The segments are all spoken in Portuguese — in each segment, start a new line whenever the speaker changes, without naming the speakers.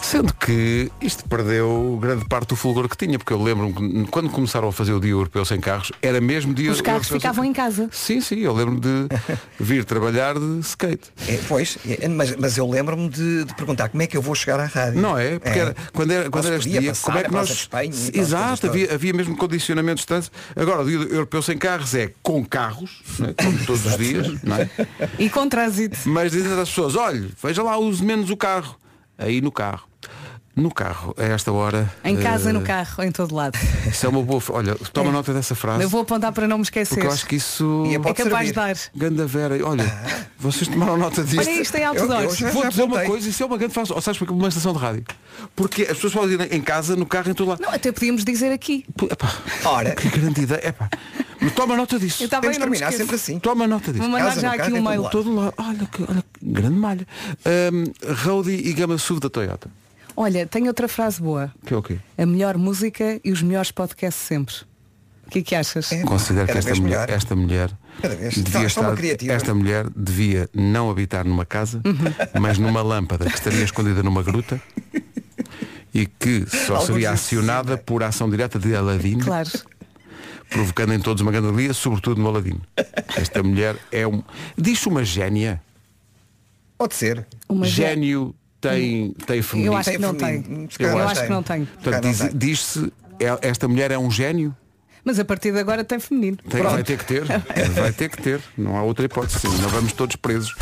Sendo que isto perdeu grande parte do fulgor que tinha, porque eu lembro-me que quando começaram a fazer o Dia Europeu sem carros, era mesmo Dia
Os carros
Europeu sem
ficavam em casa.
Sim, sim, eu lembro de vir trabalhar de skate.
É, pois, é, mas, mas eu lembro-me de, de perguntar como é que eu vou chegar à rádio.
Não é? Porque Era, quando era, quando
Não se
era este
podia
dia,
passar
como é que
a Praça
nós.
de Espanha e tal,
Exato,
todas as
havia, havia mesmo condicionamento de distância. Agora, o dia europeu sem carros é com carros, não é? Como todos os dias, não é?
E com trânsito.
Mas dizem às pessoas, olha, veja lá, use menos o carro. Aí no carro. No carro, a esta hora.
Em casa,
eh,
no carro, em todo lado.
Isso é uma boa. fra- Olha, toma nota dessa frase.
É. Eu vou apontar para não me esquecer.
Porque eu acho que isso.
E é
É
pode
capaz de
servir.
dar.
Ganda Vera, olha, vocês tomaram nota disto.
Ah. Olha isto é em outdoors.
Eu- eu-
Vou
Já
dizer uma
apontei.
coisa, isso é uma grande frase. Ou sabes porque uma estação de rádio? Porque as pessoas podem ir em casa, no carro, em todo lado.
Não, até podíamos dizer aqui.
Pô, epá,
Ora.
Que grande ideia. Epá. Mas toma nota disso.
Eu estava
Temos
aí,
de
não me
terminar
esqueço.
sempre assim.
Toma nota disso.
Vou mandar
Casa,
já
no
aqui
carro,
um
em todo
mail.
lado.
Todo lado. Olha que, olha que grande malha. Um, Rody e Gama Sub da Toyota.
Olha, tenho outra frase boa.
Que é o quê?
A melhor música e os melhores podcasts sempre. O que é que achas?
É.
Considero que
Cada
esta
vez
mulher,
melhor.
esta mulher
Cada vez.
devia
Está- está uma
estar,
criativa.
esta mulher devia não habitar numa casa,
Uhum.
mas numa lâmpada que estaria escondida numa gruta e que só
Alguns
seria
dizem,
acionada por ação direta de Aladino,
Claro.
provocando em todos uma grande alegria, sobretudo no Aladino. Esta mulher é um. Diz uma génia.
Pode ser.
Uma gé-
Gênio
Hum.
tem, tem feminino.
Eu acho que não tem.
feminino. Se calhar
Eu
não
acho que não tem.
Portanto,
Cá não
diz-
tem.
diz-se, é- esta mulher é um gênio.
Mas a partir de agora tem feminino.
Tem- vai ter que ter, vai ter que ter, não há outra hipótese, sim, não vamos todos presos.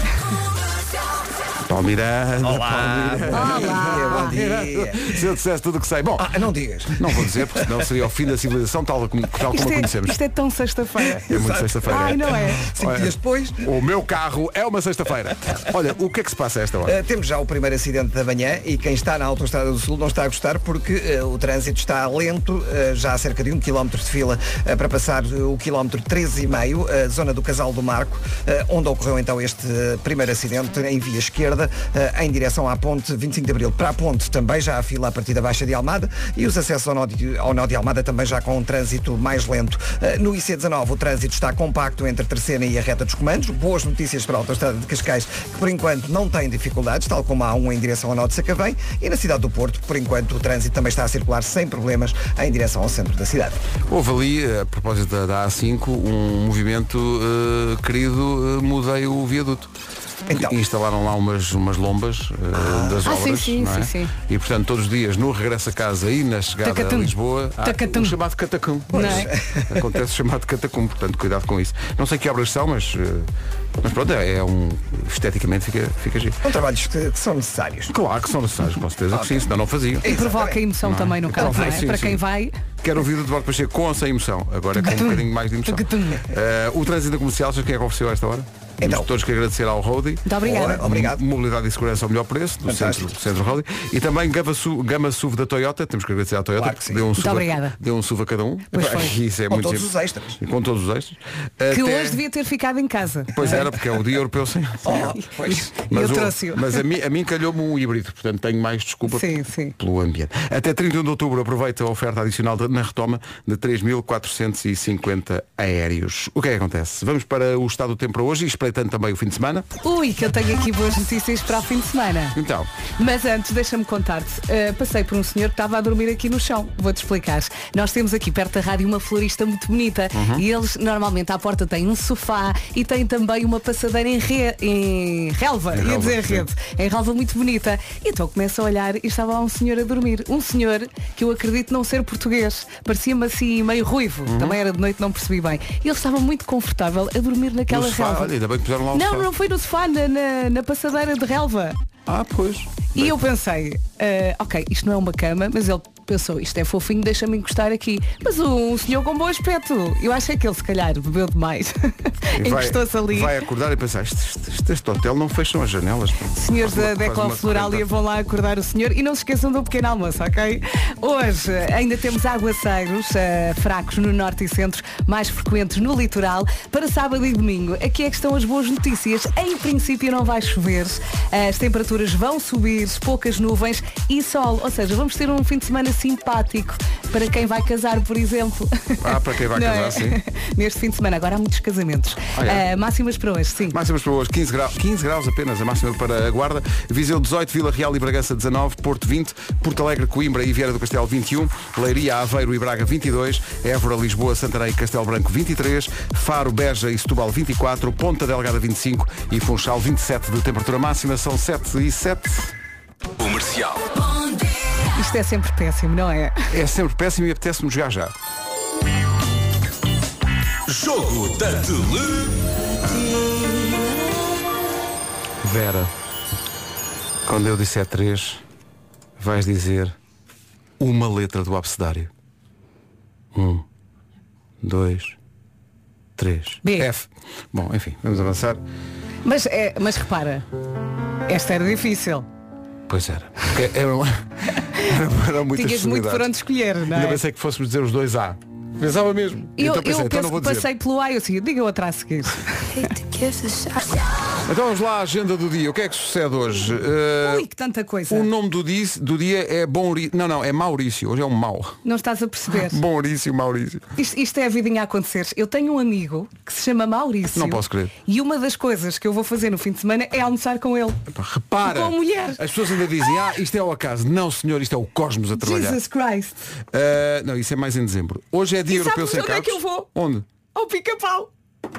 Palmeiranda,
Bom dia, bom dia.
se eu dissesse tudo o que sei. Bom,
Ah, não digas.
não vou dizer, porque senão seria o fim da civilização tal como, tal como
Isto
a
é,
conhecemos.
isto é tão sexta-feira.
É muito sexta-feira.
Ai, não é?
Cinco
Olha,
dias depois.
O meu carro é uma sexta-feira. Olha, o que é que se passa a esta hora?
Uh, temos já o primeiro acidente da manhã e quem está na Autostrada do Sul não está a gostar porque uh, o trânsito está lento, uh, já há cerca de um quilómetro de fila uh, para passar uh, o quilómetro 13,5, uh, zona do Casal do Marco, uh, onde ocorreu então este uh, primeiro acidente em via esquerda, uh, em direção à ponte 25 de Abril. Para a ponte também já há fila a partir da Baixa de Almada e os acessos ao nó de, ao nó de Almada também já com um trânsito mais lento. Uh, no IC19 o trânsito está compacto entre a terceira e a reta dos comandos. Boas notícias para a Autostrada de Cascais, que por enquanto não tem dificuldades, tal como há um em direção ao Norte de Sacavém. E na cidade do Porto, por enquanto, o trânsito também está a circular sem problemas em direção ao centro da cidade.
Houve ali, eh, a propósito da, da A5, um movimento eh, querido, eh, mudei o viaduto.
Então.
E Instalaram lá umas, umas lombas eh, das
Ah, sim,
obras.
sim,
não é?
sim, sim.
E portanto todos os dias, no regresso a casa e na chegada
Tacatum.
a Lisboa, há
Tacatum.
o chamado catacum.
Não é?
Acontece o chamado catacum, portanto cuidado com isso. Não sei que obras são, mas, eh, mas pronto, é, é um. esteticamente fica, fica giro.
São trabalhos que, que são necessários.
Claro que são necessários, com certeza que sim, senão não faziam.
E provoca emoção também no carro, não é?
Sim,
Para
sim.
quem vai,
Quero ouvir o Eduardo Pacheco com ou sem emoção. Agora com um bocadinho mais de emoção.
Tugutum.
Eh, o trânsito comercial, sabes quem é que ofereceu a esta hora? Temos
Então.
todos que agradecer ao Rodi.
muito obrigada.
Ora, Obrigado.
Mobilidade e segurança ao melhor preço, do
Fantástico.
centro, centro Rodi. E também Gama SUV, Gama SUV da Toyota. Temos que agradecer à Toyota
Claro que
porque
sim.
deu um,
Muito
SUV, a-
obrigada.
deu um SUV a cada um.
Pois foi.
Isso é
Com
muito
todos
giro.
os extras.
E Com todos os extras.
Que
Até-
hoje devia ter ficado em casa.
Pois era, porque é o dia europeu sem.
Oh, pois.
eu
o-
trouxe-o.
mas a mim, a mim calhou-me um híbrido, portanto tenho mais desculpa
Sim, sim.
pelo ambiente. Até 31 de outubro aproveita a oferta adicional de- na retoma de 3.450 aéreos. O que é que acontece? Vamos para o estado do tempo para hoje e espreitando também o fim de semana.
Ui, que eu tenho aqui boas notícias para o fim de semana.
Então,
Mas antes, deixa-me contar-te. Uh, passei por um senhor que estava a dormir aqui no chão. Vou-te explicar. Nós temos aqui perto da rádio uma florista muito bonita
Uhum.
e eles normalmente à porta têm um sofá e têm também uma passadeira em, re... em relva.
Em
Ia
relva,
dizer
sim.
rede. Em relva muito bonita. E Então começo a olhar e estava lá um senhor a dormir. Um senhor que eu acredito não ser português. Parecia-me assim meio ruivo.
Uhum.
Também era de noite, não percebi bem. E ele estava muito confortável a dormir
no
naquela
sofá,
relva.
olha, ainda bem que puseram lá o
Não,
sofá.
não foi no sofá, na- na, na passadeira de relva.
Ah, pois.
E eu pensei, ah, ok, isto não é uma cama, mas ele pensou, isto é fofinho, deixa-me encostar aqui. Mas um senhor com bom aspecto. Eu acho é que ele se calhar bebeu demais.
E vai-
Encostou-se ali.
Vai acordar e pensar, "Este- este, este- este hotel não fecham as janelas. Faz
Senhores da
uma- faz
Decla
uma
Floralia vão lá acordar o senhor e não se esqueçam do pequeno almoço, ok? Hoje ainda temos aguaceiros eh, fracos no norte e centro, mais frequentes no litoral. Para sábado e domingo, aqui é que estão as boas notícias. Em princípio não vai chover, Eh, as temperaturas vão subir, poucas nuvens e sol. Ou seja, vamos ter um fim de semana simpático para quem vai casar, por exemplo.
Ah, para quem vai
Não é?
casar, sim.
Neste fim de semana, agora há muitos casamentos.
Ah, é?
Ah, máximas para hoje, sim.
Máximas para hoje, 15 graus, 15 graus apenas, a máxima para a Guarda. Viseu 18, Vila Real e Bragança 19, Porto 20, Porto Alegre, Coimbra e Vieira do Castelo 21, Leiria, Aveiro e Braga 22, Évora, Lisboa, Santarém e Castelo Branco 23, Faro, Beja e Setúbal 24, Ponta Delgada 25 e Funchal 27 de temperatura máxima, são 7 e 7.
Comercial.
Isto é sempre péssimo, não é?
É sempre péssimo e apetece-me jogar já.
Jogo da Tele.
Vera, quando eu disser três, vais dizer uma letra do abecedário. Um, dois, três.
B.
F. Bom, enfim, vamos avançar.
Mas, é, mas repara, esta era difícil.
Pois era. Porque Eram, eram, eram muitas
Tinhas muito por onde
possibilidades.
escolher, não é?
Ainda pensei que fôssemos dizer os dois A. Pensava mesmo.
Eu,
então pensei, então
eu
não
penso
vou
que
dizer.
passei pelo A, eu assim, diga outra a seguir.
Então vamos lá à agenda do dia. O que é que sucede hoje? Eh,
Ui, que tanta coisa.
o nome do dia, do dia é bom. Não, não, é Maurício. Hoje é um mau.
Não estás a
Ah,
perceber.
Maurício, Maurício.
Isto, isto é a vidinha a acontecer. Eu tenho um amigo que se chama Maurício.
Não posso crer.
E uma das coisas que eu vou fazer no fim de semana é almoçar com ele.
Pá, Repara,
Com a mulher.
as pessoas ainda dizem, ah, isto é o acaso. Não, senhor, isto é o cosmos a trabalhar.
Jesus Christ.
Ah, não, isso é mais em dezembro. Hoje é dia
E
europeu
sabes
sem
onde é que
carros.
eu vou?
Onde?
Ao pica-pau,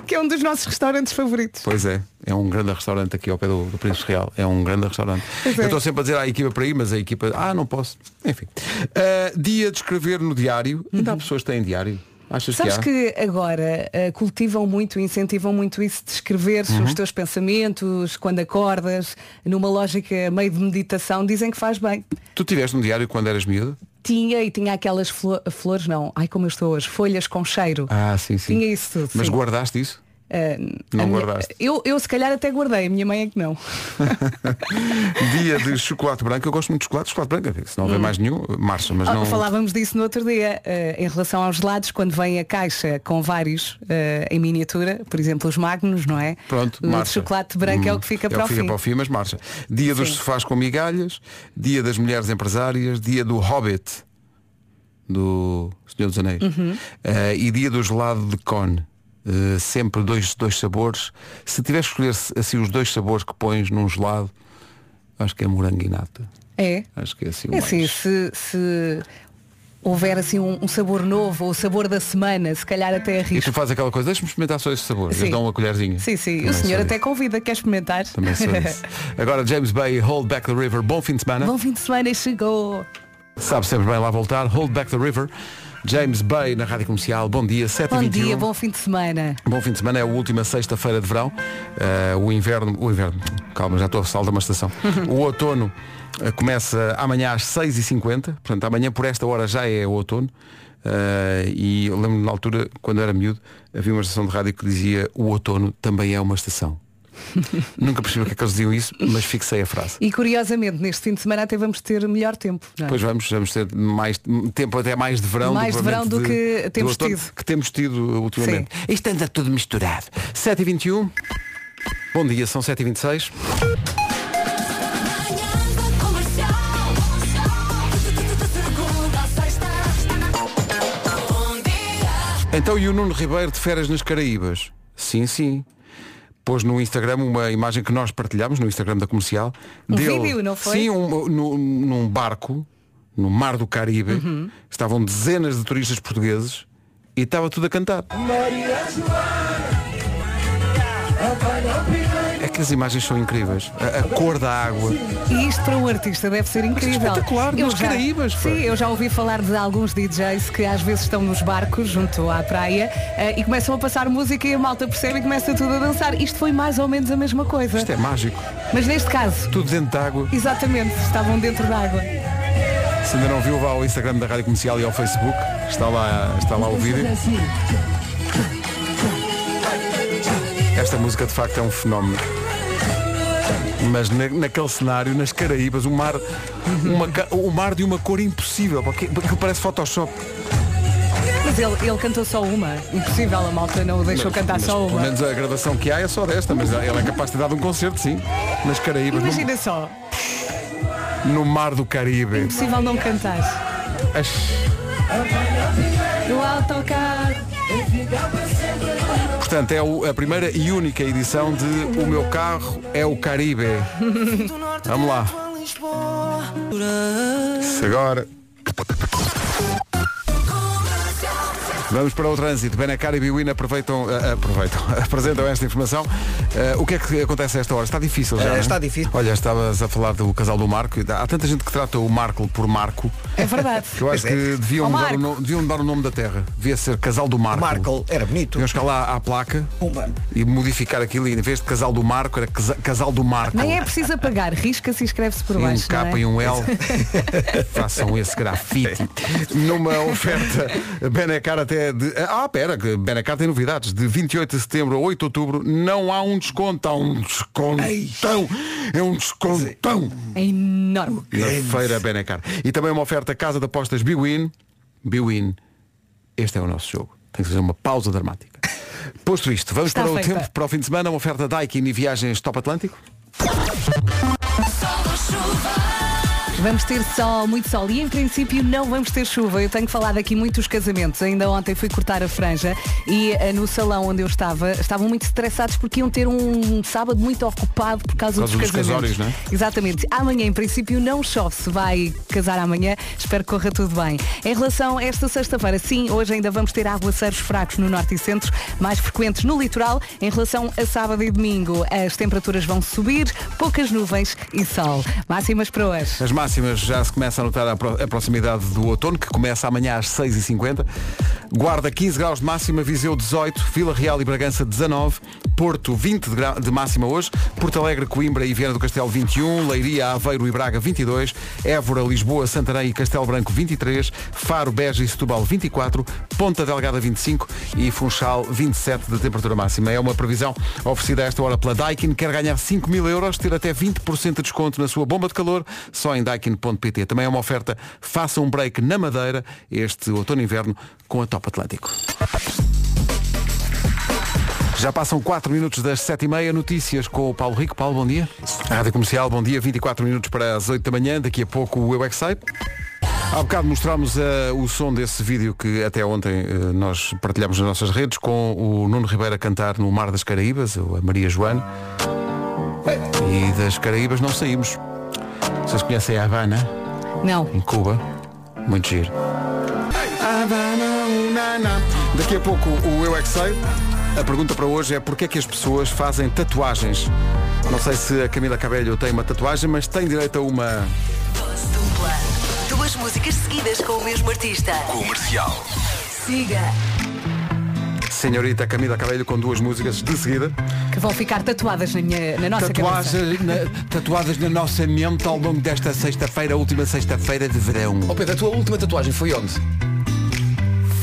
que é um dos nossos restaurantes favoritos.
Pois é, é um grande restaurante aqui ao pé do, do Príncipe Real. É um grande restaurante.
Pois é.
Eu estou sempre a dizer à equipa para ir, mas a equipa, ah, não posso. Enfim. Ah, dia de escrever no diário. Ainda há pessoas que têm diário. Achas
Uhum. Sabes
que há?
que agora eh, cultivam muito, incentivam muito isso de escrever
Uhum.
os teus pensamentos, quando acordas, numa lógica meio de meditação, dizem que faz bem.
Tu tiveste um diário quando eras miúdo?
Tinha e tinha aquelas flo- flores, não, ai como eu estou hoje, folhas com cheiro.
Ah, sim, sim.
Tinha isso tudo.
Mas
sim.
guardaste isso?
Ah,
Não
a minha-
guardaste.
eu, eu se calhar até guardei, a minha mãe é que não.
Dia de chocolate branco. Eu gosto muito de chocolate. Chocolate branco, se não
Hum.
houver mais nenhum, marcha. Mas
Ah,
não...
Falávamos disso no outro dia, eh, em relação aos gelados, quando vem a caixa com vários eh, em miniatura, por exemplo os magnos, não é?
Pronto,
o de
marcha.
chocolate branco é o que fica
É
para o fim.
para o fim, mas marcha. Dia dos
Sim.
sofás com migalhas, dia das mulheres empresárias, dia do Hobbit, do Senhor dos Anéis,
Uhum.
Eh, e dia do gelado de cone. Eh, sempre dois, dois sabores. Se tiveres que escolher assim os dois sabores que pões num gelado, acho que é morango e nata.
É.
Acho que é assim. o
É
mais.
assim, se, se houver assim um, um sabor novo, ou o sabor da semana, se calhar até
E
arrisco.
tu fazes aquela coisa, deixa-me experimentar só esse sabor. Eu
Sim.
dou uma colherzinha.
Sim, sim.
Também
o senhor
sou
até
desse.
convida, quer experimentar?
Também sou desse. Agora James Bay, Hold Back the River, bom fim de semana.
Bom fim de semana e chegou.
Sabe sempre bem lá voltar. Hold Back the River. James Bay na Rádio Comercial. Bom dia, 7
Bom
21
dia, bom fim de semana.
Bom fim de semana, é a última sexta-feira de verão. Eh, o inverno, o inverno, calma, já estou a saltar uma estação. o outono eh, começa amanhã às 6h50, portanto amanhã por esta hora já é o outono. Eh, e eu lembro na altura, quando eu era miúdo, havia uma estação de rádio que dizia o outono também é uma estação. Nunca percebi o que é que eles diziam isso, mas fixei a frase.
E curiosamente, neste fim de semana até vamos ter melhor tempo. não é?
Pois vamos, vamos ter mais tempo até mais de verão
Mais
do,
de
propriamente
verão do que temos
outono,
tido.
que temos tido ultimamente. Isto anda tudo misturado. 7h21. Bom dia, são 7h26. Então e o Nuno Ribeiro de férias nas Caraíbas? Sim, sim. Pôs no Instagram uma imagem que nós partilhámos no Instagram da comercial.
Um vídeo, não foi?
Sim, um- no- num barco, no mar do Caribe,
Uhum.
estavam dezenas de turistas portugueses e estava tudo a cantar. É que as imagens são incríveis. A, a cor da água.
E isto para um artista deve ser incrível.
espetacular,
Eu
nos
já-
Caraíbas, pá.
Sim, eu já ouvi falar de alguns DJs que às vezes estão nos barcos junto à praia eh, e começam a passar música e a malta percebe e começa tudo a dançar. Isto foi mais ou menos a mesma coisa.
Isto é mágico.
Mas neste caso,
Tudo dentro da água.
exatamente, estavam dentro da água.
Se ainda não viu, vá ao Instagram da Rádio Comercial e ao Facebook. Está lá, está lá o vídeo. Esta música de facto é um fenómeno. Mas na- naquele cenário, nas Caraíbas, o mar, uma ca- o mar de uma cor impossível, porque, porque parece Photoshop.
Mas ele, ele cantou só uma. Impossível, a malta não o deixou cantar
Mas,
só
Pelo
uma.
menos a gravação que há é só desta, mas ele é capaz de dar um concerto, sim. Nas Caraíbas,
Imagina só,
no, no mar do Caribe.
impossível não cantar. No autocarro.
Portanto, é o- a primeira e única edição de O Meu Carro é o Caribe. Vamos lá. Se agora. Vamos para o trânsito. Benacar e Biwin aproveitam, eh, aproveitam, apresentam esta informação. Eh, o que é que acontece a esta hora? Está difícil já,
Eh,
não é?
está difícil.
Olha, estavas a falar do casal do Marco. Há tanta gente que trata o Marco por Marco.
É verdade.
que Eu acho
Pois
que deviam
Ó,
mudar, o
Marco.
nome, deviam mudar o nome da terra. Devia ser Casal do Marco.
Markle era bonito.
Deviam chegar lá à placa
Pumba.
e modificar aquilo e em vez de Casal do Marco era casa- Casal do Marco.
Nem é preciso apagar, risca-se e escreve-se por
E um
baixo. não
K
é?
e um L. Façam esse grafite. Numa oferta Benacar até de. Ah, pera, que Benacar tem novidades. De 28 de setembro a 8 de outubro não há um desconto. Há um descontão. É um descontão.
É enorme.
Na feira Benacar. E também uma oferta Casa de Apostas Biwin. Biwin. Este é o nosso jogo. Tem que fazer uma pausa dramática. Posto isto, vamos
Está
para o
feita.
tempo, para o fim de semana, uma oferta Daikin e viagens Top Atlântico.
Vamos ter sol, muito sol e em princípio não vamos ter chuva. Eu tenho falado aqui muito dos casamentos. Ainda ontem fui cortar a franja e eh, no salão onde eu estava estavam muito estressados porque iam ter um sábado muito ocupado por causa,
causa dos
casamentos.
casórios, não é?
Exatamente. Amanhã em princípio não chove. Se vai casar amanhã, espero que corra tudo bem. Em relação a esta sexta-feira, sim, hoje ainda vamos ter aguaceiros fracos no norte e centro, mais frequentes no litoral. Em relação a sábado e domingo, as temperaturas vão subir, poucas nuvens e sol. Máximas para hoje.
As máximas já se começa a notar a, pro- a proximidade do outono, que começa amanhã às 6h50. Guarda 15 graus de máxima, Viseu 18, Vila Real e Bragança 19, Porto 20 de, gra- de máxima hoje, Porto Alegre, Coimbra e Viana do Castelo 21, Leiria, Aveiro e Braga 22, Évora, Lisboa, Santarém e Castelo Branco 23, Faro, Beja e Setúbal 24, Ponta Delgada 25 e Funchal 27 de temperatura máxima. É uma previsão oferecida a esta hora pela Daikin. Quer ganhar 5 mil euros, ter até 20% de desconto na sua bomba de calor, só em daikin.pt. Também é uma oferta Faça um break na Madeira este outono e inverno com a Top Atlântico. Já passam 4 minutos das 7h30, notícias com o Paulo Rico. Paulo, bom dia. Rádio Comercial, bom dia. 24 minutos para as 8 da manhã, daqui a pouco o Eu é Que Sei. Há bocado mostrámos eh, o som desse vídeo que até ontem eh, nós partilhámos nas nossas redes com o Nuno Ribeiro a cantar no Mar das Caraíbas, ou a Maria Joana. E das Caraíbas não saímos. Vocês conhecem a Havana?
Não.
em Cuba. Muito giro. um Daqui a pouco o Eu é Que Sei. A pergunta para hoje é porquê é que as pessoas fazem tatuagens? Não sei se a Camila Cabello tem uma tatuagem, mas tem direito a uma.
Dose dupla. Duas músicas seguidas com o mesmo artista.
Comercial.
Siga.
Senhorita Camila Cabello com duas músicas de seguida.
Que vão ficar tatuadas na, minha, na nossa cabeça.
Tatuagens na, tatuadas na nossa mente ao longo desta sexta-feira, última sexta-feira de verão.
Ó Pedro, a tua última tatuagem foi onde?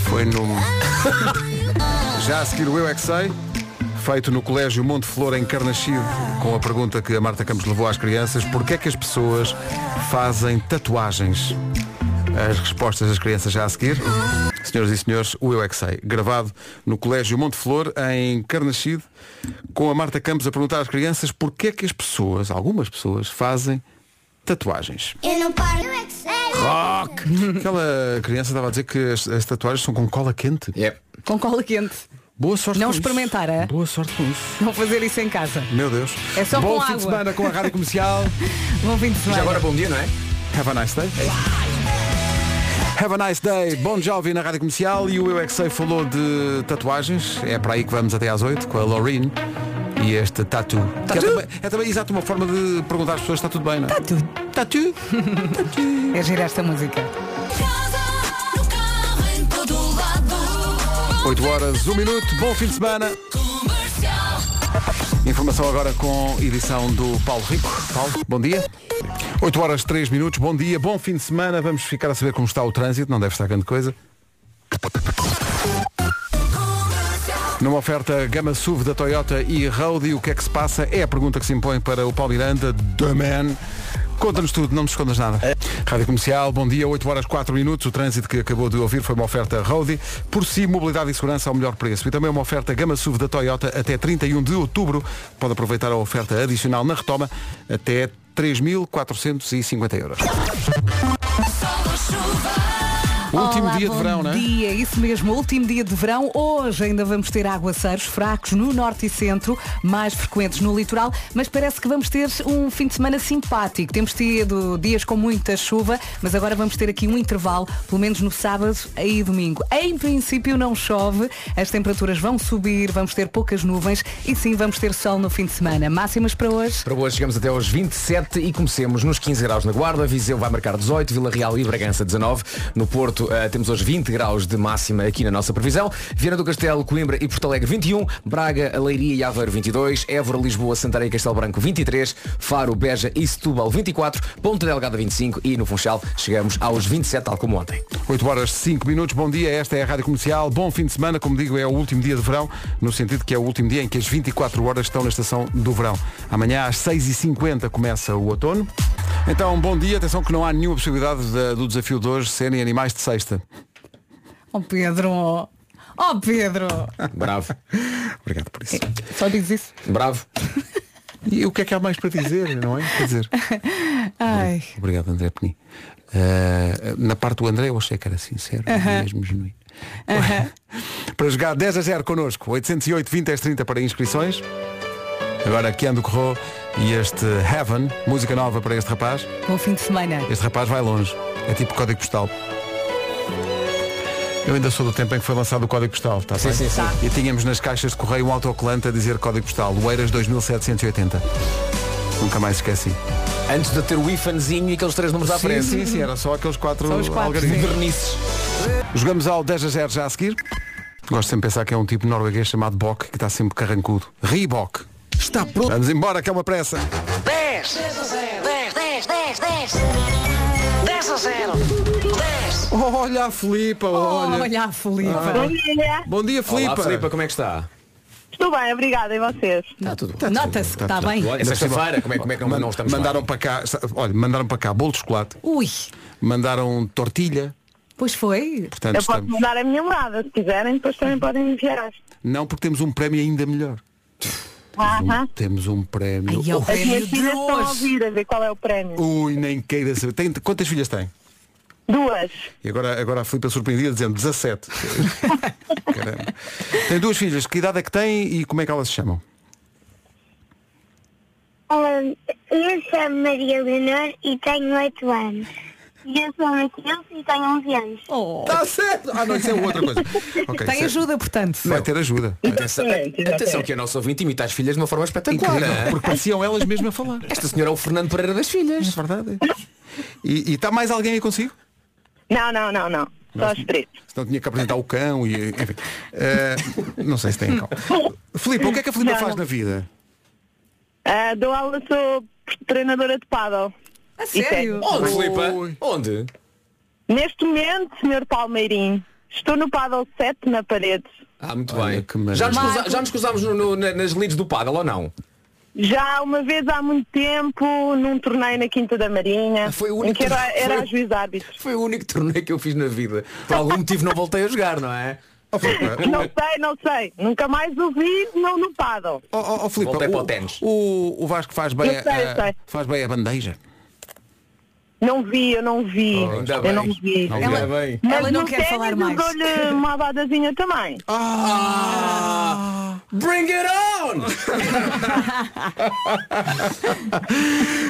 Foi no. Já a seguir o Eu é que sei, feito no Colégio Monte Flor em Carnaxide, com a pergunta que a Marta Campos levou às crianças, porquê é que as pessoas fazem tatuagens? As respostas das crianças já a seguir. Senhoras e senhores, o Eu é que sei, gravado no Colégio Monte Flor em Carnaxide, com a Marta Campos a perguntar às crianças porquê é que as pessoas, algumas pessoas, fazem tatuagens.
Eu não paro. Eu é que sei.
Rock! Aquela criança estava a dizer que as, as tatuagens são com cola quente.
É.
Com cola quente.
Boa sorte
Não
com isso.
experimentar, é?
Boa sorte com isso.
Não fazer isso em casa.
Meu Deus.
É só
Bom
com
fim
água.
de semana com a Rádio Comercial.
Bom fim de
Já
semana.
agora bom dia, não é?
Have a nice day. Have a nice day. Bom jovem na Rádio Comercial e o Eu é que sei falou de tatuagens. É para aí que vamos até às 8 com a Laurine e este tatu. Que É também, é também exato uma forma de perguntar às pessoas se está tudo bem, não é? Tatu. Tatu.
É girar esta música.
8 horas, 1 minuto. Bom fim de semana. Informação agora com edição do Paulo Rico. Paulo, bom dia. 8 horas 3 minutos, bom dia, bom fim de semana. Vamos ficar a saber como está o trânsito, não deve estar grande coisa. Numa oferta gama SUV da Toyota e Road, e o que é que se passa? É a pergunta que se impõe para o Paulo Miranda, The Man. Conta-nos tudo, não nos escondas nada. Rádio Comercial, bom dia, 8 horas 4 minutos. O trânsito que acabou de ouvir foi uma oferta Roadie. Por si, mobilidade e segurança ao melhor preço. E também uma oferta Gama SUV da Toyota até 31 de outubro. Pode aproveitar a oferta adicional na retoma até 3.450 euros.
Sol ou chuva.
O último
Olá,
dia de
bom
verão, não é?
dia, isso mesmo, último dia de verão. Hoje ainda vamos ter aguaceiros fracos no norte e centro, mais frequentes no litoral, mas parece que vamos ter um fim de semana simpático. Temos tido dias com muita chuva, mas agora vamos ter aqui um intervalo, pelo menos no sábado e domingo. Em princípio não chove, as temperaturas vão subir, vamos ter poucas nuvens e sim vamos ter sol no fim de semana. Máximas para hoje?
Para hoje chegamos até aos 27 e comecemos nos 15 graus na Guarda, Viseu vai marcar 18, Vila Real e Bragança 19, no Porto eh, temos hoje 20 graus de máxima aqui na nossa previsão, Viana do Castelo, Coimbra e Porto Alegre 21, Braga, Leiria e Aveiro 22, Évora, Lisboa, Santarém e Castelo Branco 23, Faro, Beja e Setúbal 24, Ponta Delgada 25 e no Funchal chegamos aos 27, tal como ontem.
8 horas 5 minutos, bom dia, esta é a Rádio Comercial, bom fim de semana, como digo, é o último dia de verão, no sentido que é o último dia em que as 24 horas estão na estação do verão. Amanhã às 6h50 começa o outono. Então, bom dia, atenção que não há nenhuma possibilidade da- do desafio de hoje serem animais de sexta.
Oh Pedro, oh, oh Pedro,
Bravo,
Obrigado por isso.
só diz isso.
bravo.
E o que é que há mais para dizer, não é? Quer dizer,
Ai.
obrigado André Peni. Ah, na parte do André eu achei que era sincero, mesmo genuíno. para jogar 10 a 0 connosco, 808 20 10 30 para inscrições. Agora Keando Corro e este Heaven, música nova para este rapaz.
Bom fim de semana.
Este rapaz vai longe. É tipo código postal. Eu ainda sou do tempo em que foi lançado o código postal, está bem?
sim, sim. Tá.
E tínhamos nas caixas de correio um autocolante a dizer código postal, Oeiras 2780. Nunca mais esqueci.
Antes de ter o ifanzinho e aqueles três números à
Sim,
frente.
sim, sim, era só aqueles quatro,
Só os quatro,
algarismos.
sim.
Vernices.
Jogamos ao 10 a 0 já a seguir. Gosto sempre de pensar que é um tipo norueguês chamado Bock que está sempre carrancudo. Reebok. Está pronto. Vamos embora, que é uma pressa.
10, 10, 10, 10, 10. 10 a 0. 10.
Olha a Filipa,
Oh,
olha.
Olha a Filipa.
Ah.
Bom dia,
Filipa.
Filipa.
Filipa, como é que está?
Estou bem, obrigada. E vocês?
Tá
Está tudo
Nota-se que está bem.
Olha, sexta-feira, como é, como é que não, não estamos
mandaram
lá?
para cá, olha, mandaram para cá bolo de chocolate,
Ui,
mandaram tortilha,
pois foi.
portanto
Eu posso
estamos.
mudar a minha morada, se quiserem, depois também podem enviar.
Não porque temos um prémio ainda melhor.
Aham.
Temos um prémio.
Ai, eu-
As
Prémio
minhas
de
filhas estão a
hoje.
ouvir a ver qual é o prémio.
Ui, nem queira saber. Tem- quantas filhas tem?
Duas.
E agora, agora a Filipa surpreendida dizendo 17. Caramba. Tem duas filhas, que idade é que têm e como é que elas se chamam?
Olá, eu chamo Maria Leonor e tenho 8 anos. E eu sou Matheus e tenho 11 anos.
Oh.
Está certo! Ah, não, isso é outra coisa. Ok,
Tem
certo.
ajuda, portanto.
Vai ter ajuda.
Atenção,
Exatamente, exatamente.
atenção que é nosso ouvinte imita as filhas de uma forma espetacular.
Incrível,
hein?
porque pareciam elas mesmas a falar.
Esta senhora é o Fernando Pereira das
É
Filhas.
verdade. E e está mais alguém aí consigo?
Não, não, não, não. Só os três.
Senão tinha que apresentar o cão e. Enfim. Eh, não sei se tem cão. Filipe, o que é que a Filipe
Não,
faz
não.
na vida?
Ah, dou aula, sou treinadora de paddle.
A sério?
Onde, Filipa?
Oi.
Onde?
Neste momento, Sr. Palmeirim, estou no paddle 7 na parede.
Ah, muito
Olha, que
bem. Já nos,
maravilha.
cruza- já nos cruzámos no- no- na- nas leads do Paddle ou não?
Já uma vez há muito tempo, num torneio na Quinta da Marinha,
Ah, Foi o
em
único-
que era, era
foi-
a juiz de árbitros.
Foi o único torneio que eu fiz na vida. Por algum motivo não voltei a jogar, não é?
Ó Filipe,
Não sei, não sei. Nunca mais ouvi não no paddle.
ó, ó, ó, Filipe,
Voltei para o
oh, o-
ténis.
o, o Vasco faz bem,
Eu sei, eu
a,
sei.
faz bem a bandeja.
Não vi, eu não vi.
Oh, ainda
eu
bem.
não vi.
Não
Ainda
vi.
bem.
Mas
Ela não
no
quer
ténis
falar
eu
mais. Ah,
dou-lhe uma abadazinha também.
Bring it on!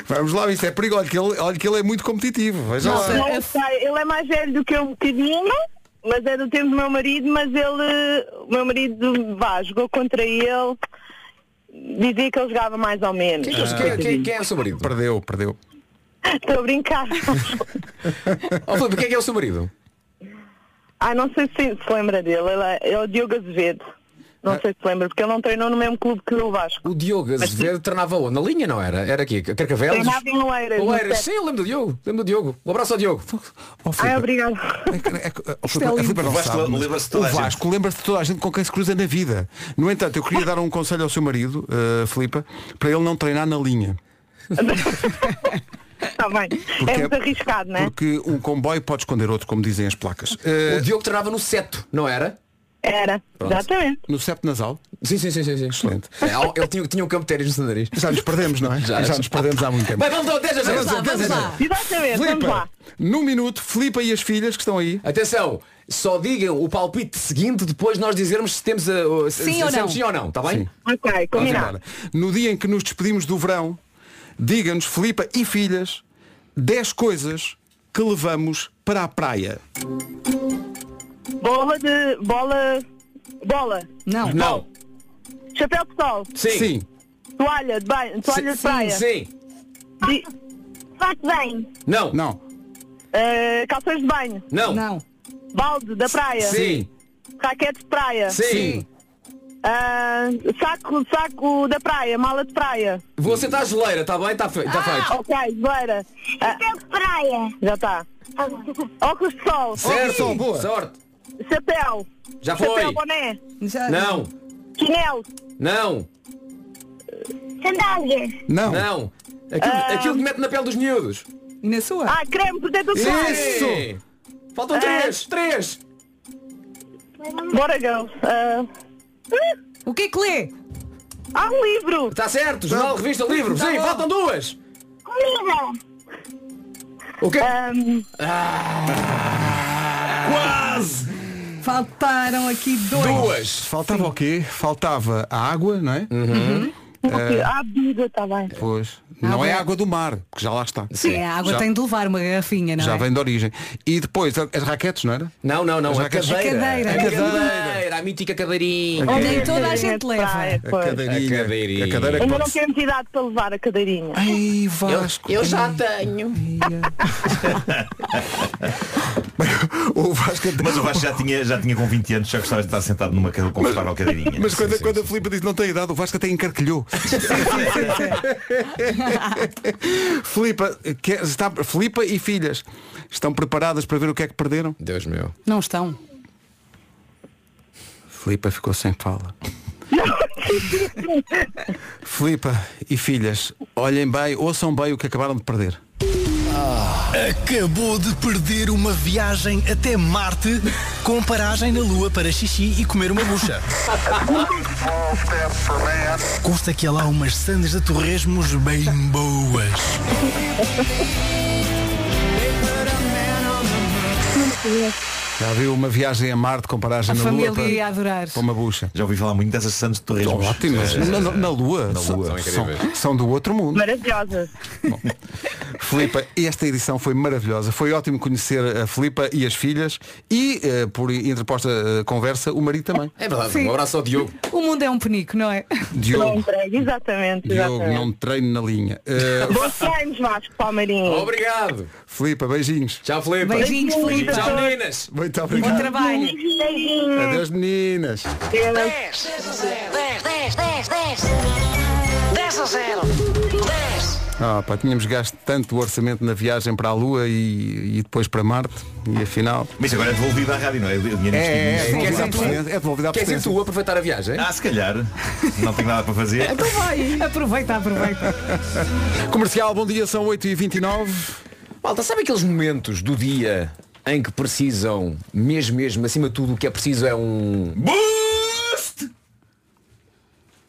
Vamos lá, isso é perigo. Olha que ele, olha que ele é muito competitivo. Veja lá.
Nossa.
Não sei, ele é mais velho do que eu um bocadinho, mas é do tempo do meu marido, mas ele, o meu marido, vá, jogou contra ele, dizia que ele jogava mais ou menos.
Mas quem, quem- quem é o seu marido?
Perdeu, perdeu.
Estou a brincar.
Oh, Filipe, quem é que é o seu marido?
Ai, não sei se se lembra dele, ele é, é o Diogo Azevedo. Não
Ah.
sei se lembra, porque ele não treinou no mesmo clube que o Vasco.
O Diogo Azevedo treinava onde? Na linha, não era? Era aqui, Carcavelos?
Treinava em Oeiras. no
Oeiras,
Sete.
sim, eu lembro do Diogo. Lembro do Diogo. Um abraço ao Diogo.
Ó,
Ai,
Filipe,
obrigado.
é que- é que- ó, Filipe,
lindo.
a Filipe não
O Vasco
sabe, mas
lembra-se de
o
toda a gente.
Vasco lembra-se de toda a gente com quem se cruza na vida. No entanto, eu queria
Ah!
dar um conselho ao seu marido, eh, Filipe, para ele não treinar na linha.
Está bem. É muito arriscado,
Né?
não é?
Porque um comboio pode esconder outro, como dizem as placas. Eh,
O Diogo treinava no seto, não era?
Era,
Pronto.
exatamente.
No septo nasal.
Sim, sim, sim, sim. sim.
Excelente.
É, ao- ele tinha, tinha um campo de ténis no seu nariz.
Já nos perdemos, não é? Já, nos perdemos há muito tempo.
Vai, vamos ao 10 a 0.
Vamos lá, vamos lá.
Exatamente, vamos lá.
Flipa, num minuto, Flipa e as filhas que estão aí.
Atenção, só digam o palpite seguinte depois nós dizermos se temos a, o- se,
Sim
se
ou
dissemos
não.
sim ou não, está bem?
Ok,
Vamos
combinado.
embora. No dia em que nos despedimos do verão, diga-nos, Filipa e filhas, 10 coisas que levamos para a praia.
Bola de. bola. bola.
Não.
Não.
Chapéu de sol.
Sim.
Sim.
Toalha de banho. Toalha de
sim,
praia.
sim.
Di-
Fato bem.
Não.
Não.
eh, calções de banho.
Não.
Não.
Balde da praia.
Sim.
Raquete de praia.
Sim.
Ah, saco, saco da praia. Mala de praia.
Vou aceitar a geleira, está tá bem? Está
Ah,
feito. Está feito.
Ok, beira. Ah,
Até é praia.
já está.
Tá bom.
Óculos de sol.
Certo.
Sim, boa.
Sorte.
Chapéu.
Já
Chapéu,
foi.
boné.
Já-
Não.
Chinelo.
Não.
Sandálias.
Não.
Não. Aquilo, aquilo que mete na pele dos miúdos.
E na sua?
Ah, creme protetor solar.
Sim. Faltam
Ah.
três. Três.
Bora, girl. Ah,
O que é que lê?
há um livro.
Está Tá certo. Jornal, revista, livro.
Tá
sim,
bom.
faltam duas.
Comida.
O quê?
Ah,
Quase.
Faltaram aqui dois.
Duas.
Faltava o quê? Faltava a água, não é?
Ah.
porque há bebida, está bem.
Pois. Não
Água.
é a água do mar, porque já lá está.
É, a água
Já-
tem de levar uma garrafinha, não
Já
é?
vem de origem. E depois, as raquetes, não era?
Não, não, não.
Já
A
que-
cadeira.
cadeira.
A
A
cadeira. A mítica cadeirinha.
Onde nem toda a
Cadeirinha
gente
de
leva.
praia,
A
pois.
cadeirinha.
A cadeirinha.
A cadeira que
Ainda não
pode-
temos idade para levar a cadeirinha.
Ai, Vasco.
já tenho.
O Vasco até-
Mas o Vasco já tinha, já tinha com 20 anos, já gostava de estar sentado numa cadeira confortável cadeirinha.
Mas quando,
Sim, sim,
quando a
sim.
Filipa diz não tem idade, o Vasco até encarquilhou. Filipa, quer- está, Filipa e filhas estão preparadas para ver o que é que perderam?
Deus meu.
Não estão.
Filipa ficou sem fala. Filipa e filhas, olhem bem, ouçam bem o que acabaram de perder.
Acabou de perder uma viagem até Marte com paragem na Lua para xixi e comer uma bucha. Consta que há lá umas sandes de torresmos bem boas.
Já viu uma viagem a Marte com paragem
A
na
família
Lua para,
iria adorar.
para uma bucha?
Já ouvi falar muito dessas Santos de Torresmos.
né?
Ótimo, mas na, na- na Lua,
Na
são-
Lua.
são, são do outro mundo.
Maravilhosa.
Filipa, esta edição foi maravilhosa. Foi ótimo conhecer a Filipa e as filhas e, eh, por interposta eh, conversa, o marido também.
É verdade.
Sim.
Um abraço ao Diogo.
O mundo é um penico, não é?
Diogo,
Entregue, exatamente.
Diogo
exatamente.
não treino na linha. Eh,
Bons treinos, Vasco Palmeirinho.
Obrigado.
Filipa, beijinhos.
Tchau, Filipe.
Beijinhos, Filipe.
Tchau, meninas.
Muito
Bom
obrigado.
trabalho.
Beijinhos.
Adeus, meninas.
10, 10, 10, 10, 10, 10 a 0. 10.
Ah, pá, tínhamos gasto tanto o orçamento na viagem para a Lua e, e depois para Marte e afinal.
Mas agora é devolvido à rádio, não é? O dinheiro investido
devolvido à
nisso.
é. quer dizer,
presidência, é devolvido à
Queres ir
presidência.
tu aproveitar a viagem?
Ah, se calhar.
é.
Não tenho nada para fazer.
Aproveita, aproveita.
Comercial, bom dia, são 8h29.
Malta, sabe aqueles momentos do dia em que precisam, mesmo, mesmo, acima de tudo, o que é preciso é um...
Boost!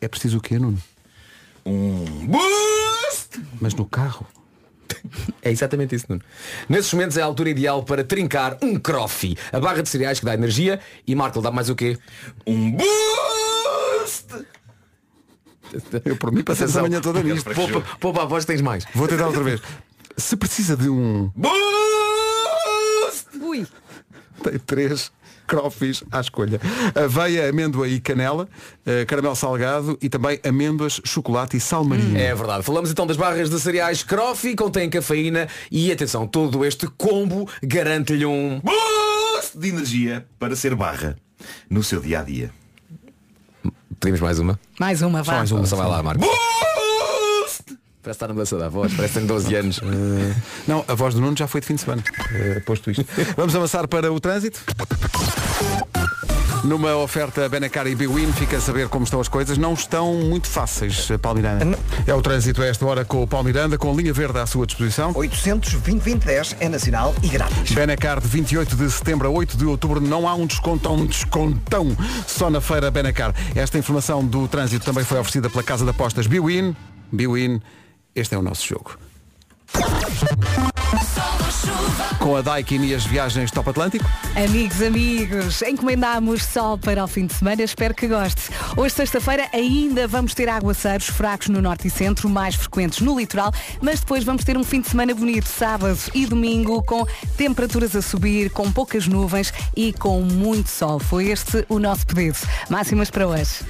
É preciso o quê, Nuno?
Boost!
Mas no carro.
É exatamente isso, Nuno. Nesses momentos é a altura ideal para trincar um crofi, a barra de cereais que dá energia e Marco dá mais o quê?
Um boost!
Eu por mim passei essa manhã toda nisto.
Poupa, poupa a voz que tens mais.
Vou tentar outra vez. Se precisa de um.
Boost!
Ui.
Tem três crofis à escolha. Aveia, amêndoa e canela, eh, caramelo salgado e também amêndoas, chocolate e sal marinho.
É verdade. Falamos então das barras de cereais crofi, contém cafeína e atenção, todo este combo garante-lhe um...
Boost de energia para ser barra no seu dia a dia.
Pedimos mais uma?
Mais uma, vá.
mais uma. Só vai lá, Marco.
Boost!
Parece estar na dança da voz, parece que tem 12 anos.
Não, a voz do Nuno já foi de fim de semana. Eh, posto isto. Vamos avançar para o trânsito. Numa oferta Benacar e Biwin, fica a saber como estão as coisas. Não estão muito fáceis, eh, Paulo Miranda. É o trânsito a esta hora com o Paulo Miranda, com a linha verde à sua disposição.
820-2010 é nacional e grátis.
Benacar de 28 de setembro a 8 de outubro não há um desconto, há um descontão só na feira Benacar. Esta informação do trânsito também foi oferecida pela Casa de Apostas Biwin. Biwin, este é o nosso jogo. Com a Daikin e as viagens Top Atlântico.
Amigos, amigos, encomendámos sol para o fim de semana, espero que goste. Hoje, sexta-feira, ainda vamos ter aguaceiros fracos no norte e centro, mais frequentes no litoral, mas depois vamos ter um fim de semana bonito, sábado e domingo, com temperaturas a subir, com poucas nuvens e com muito sol. Foi este o nosso pedido. Máximas para hoje.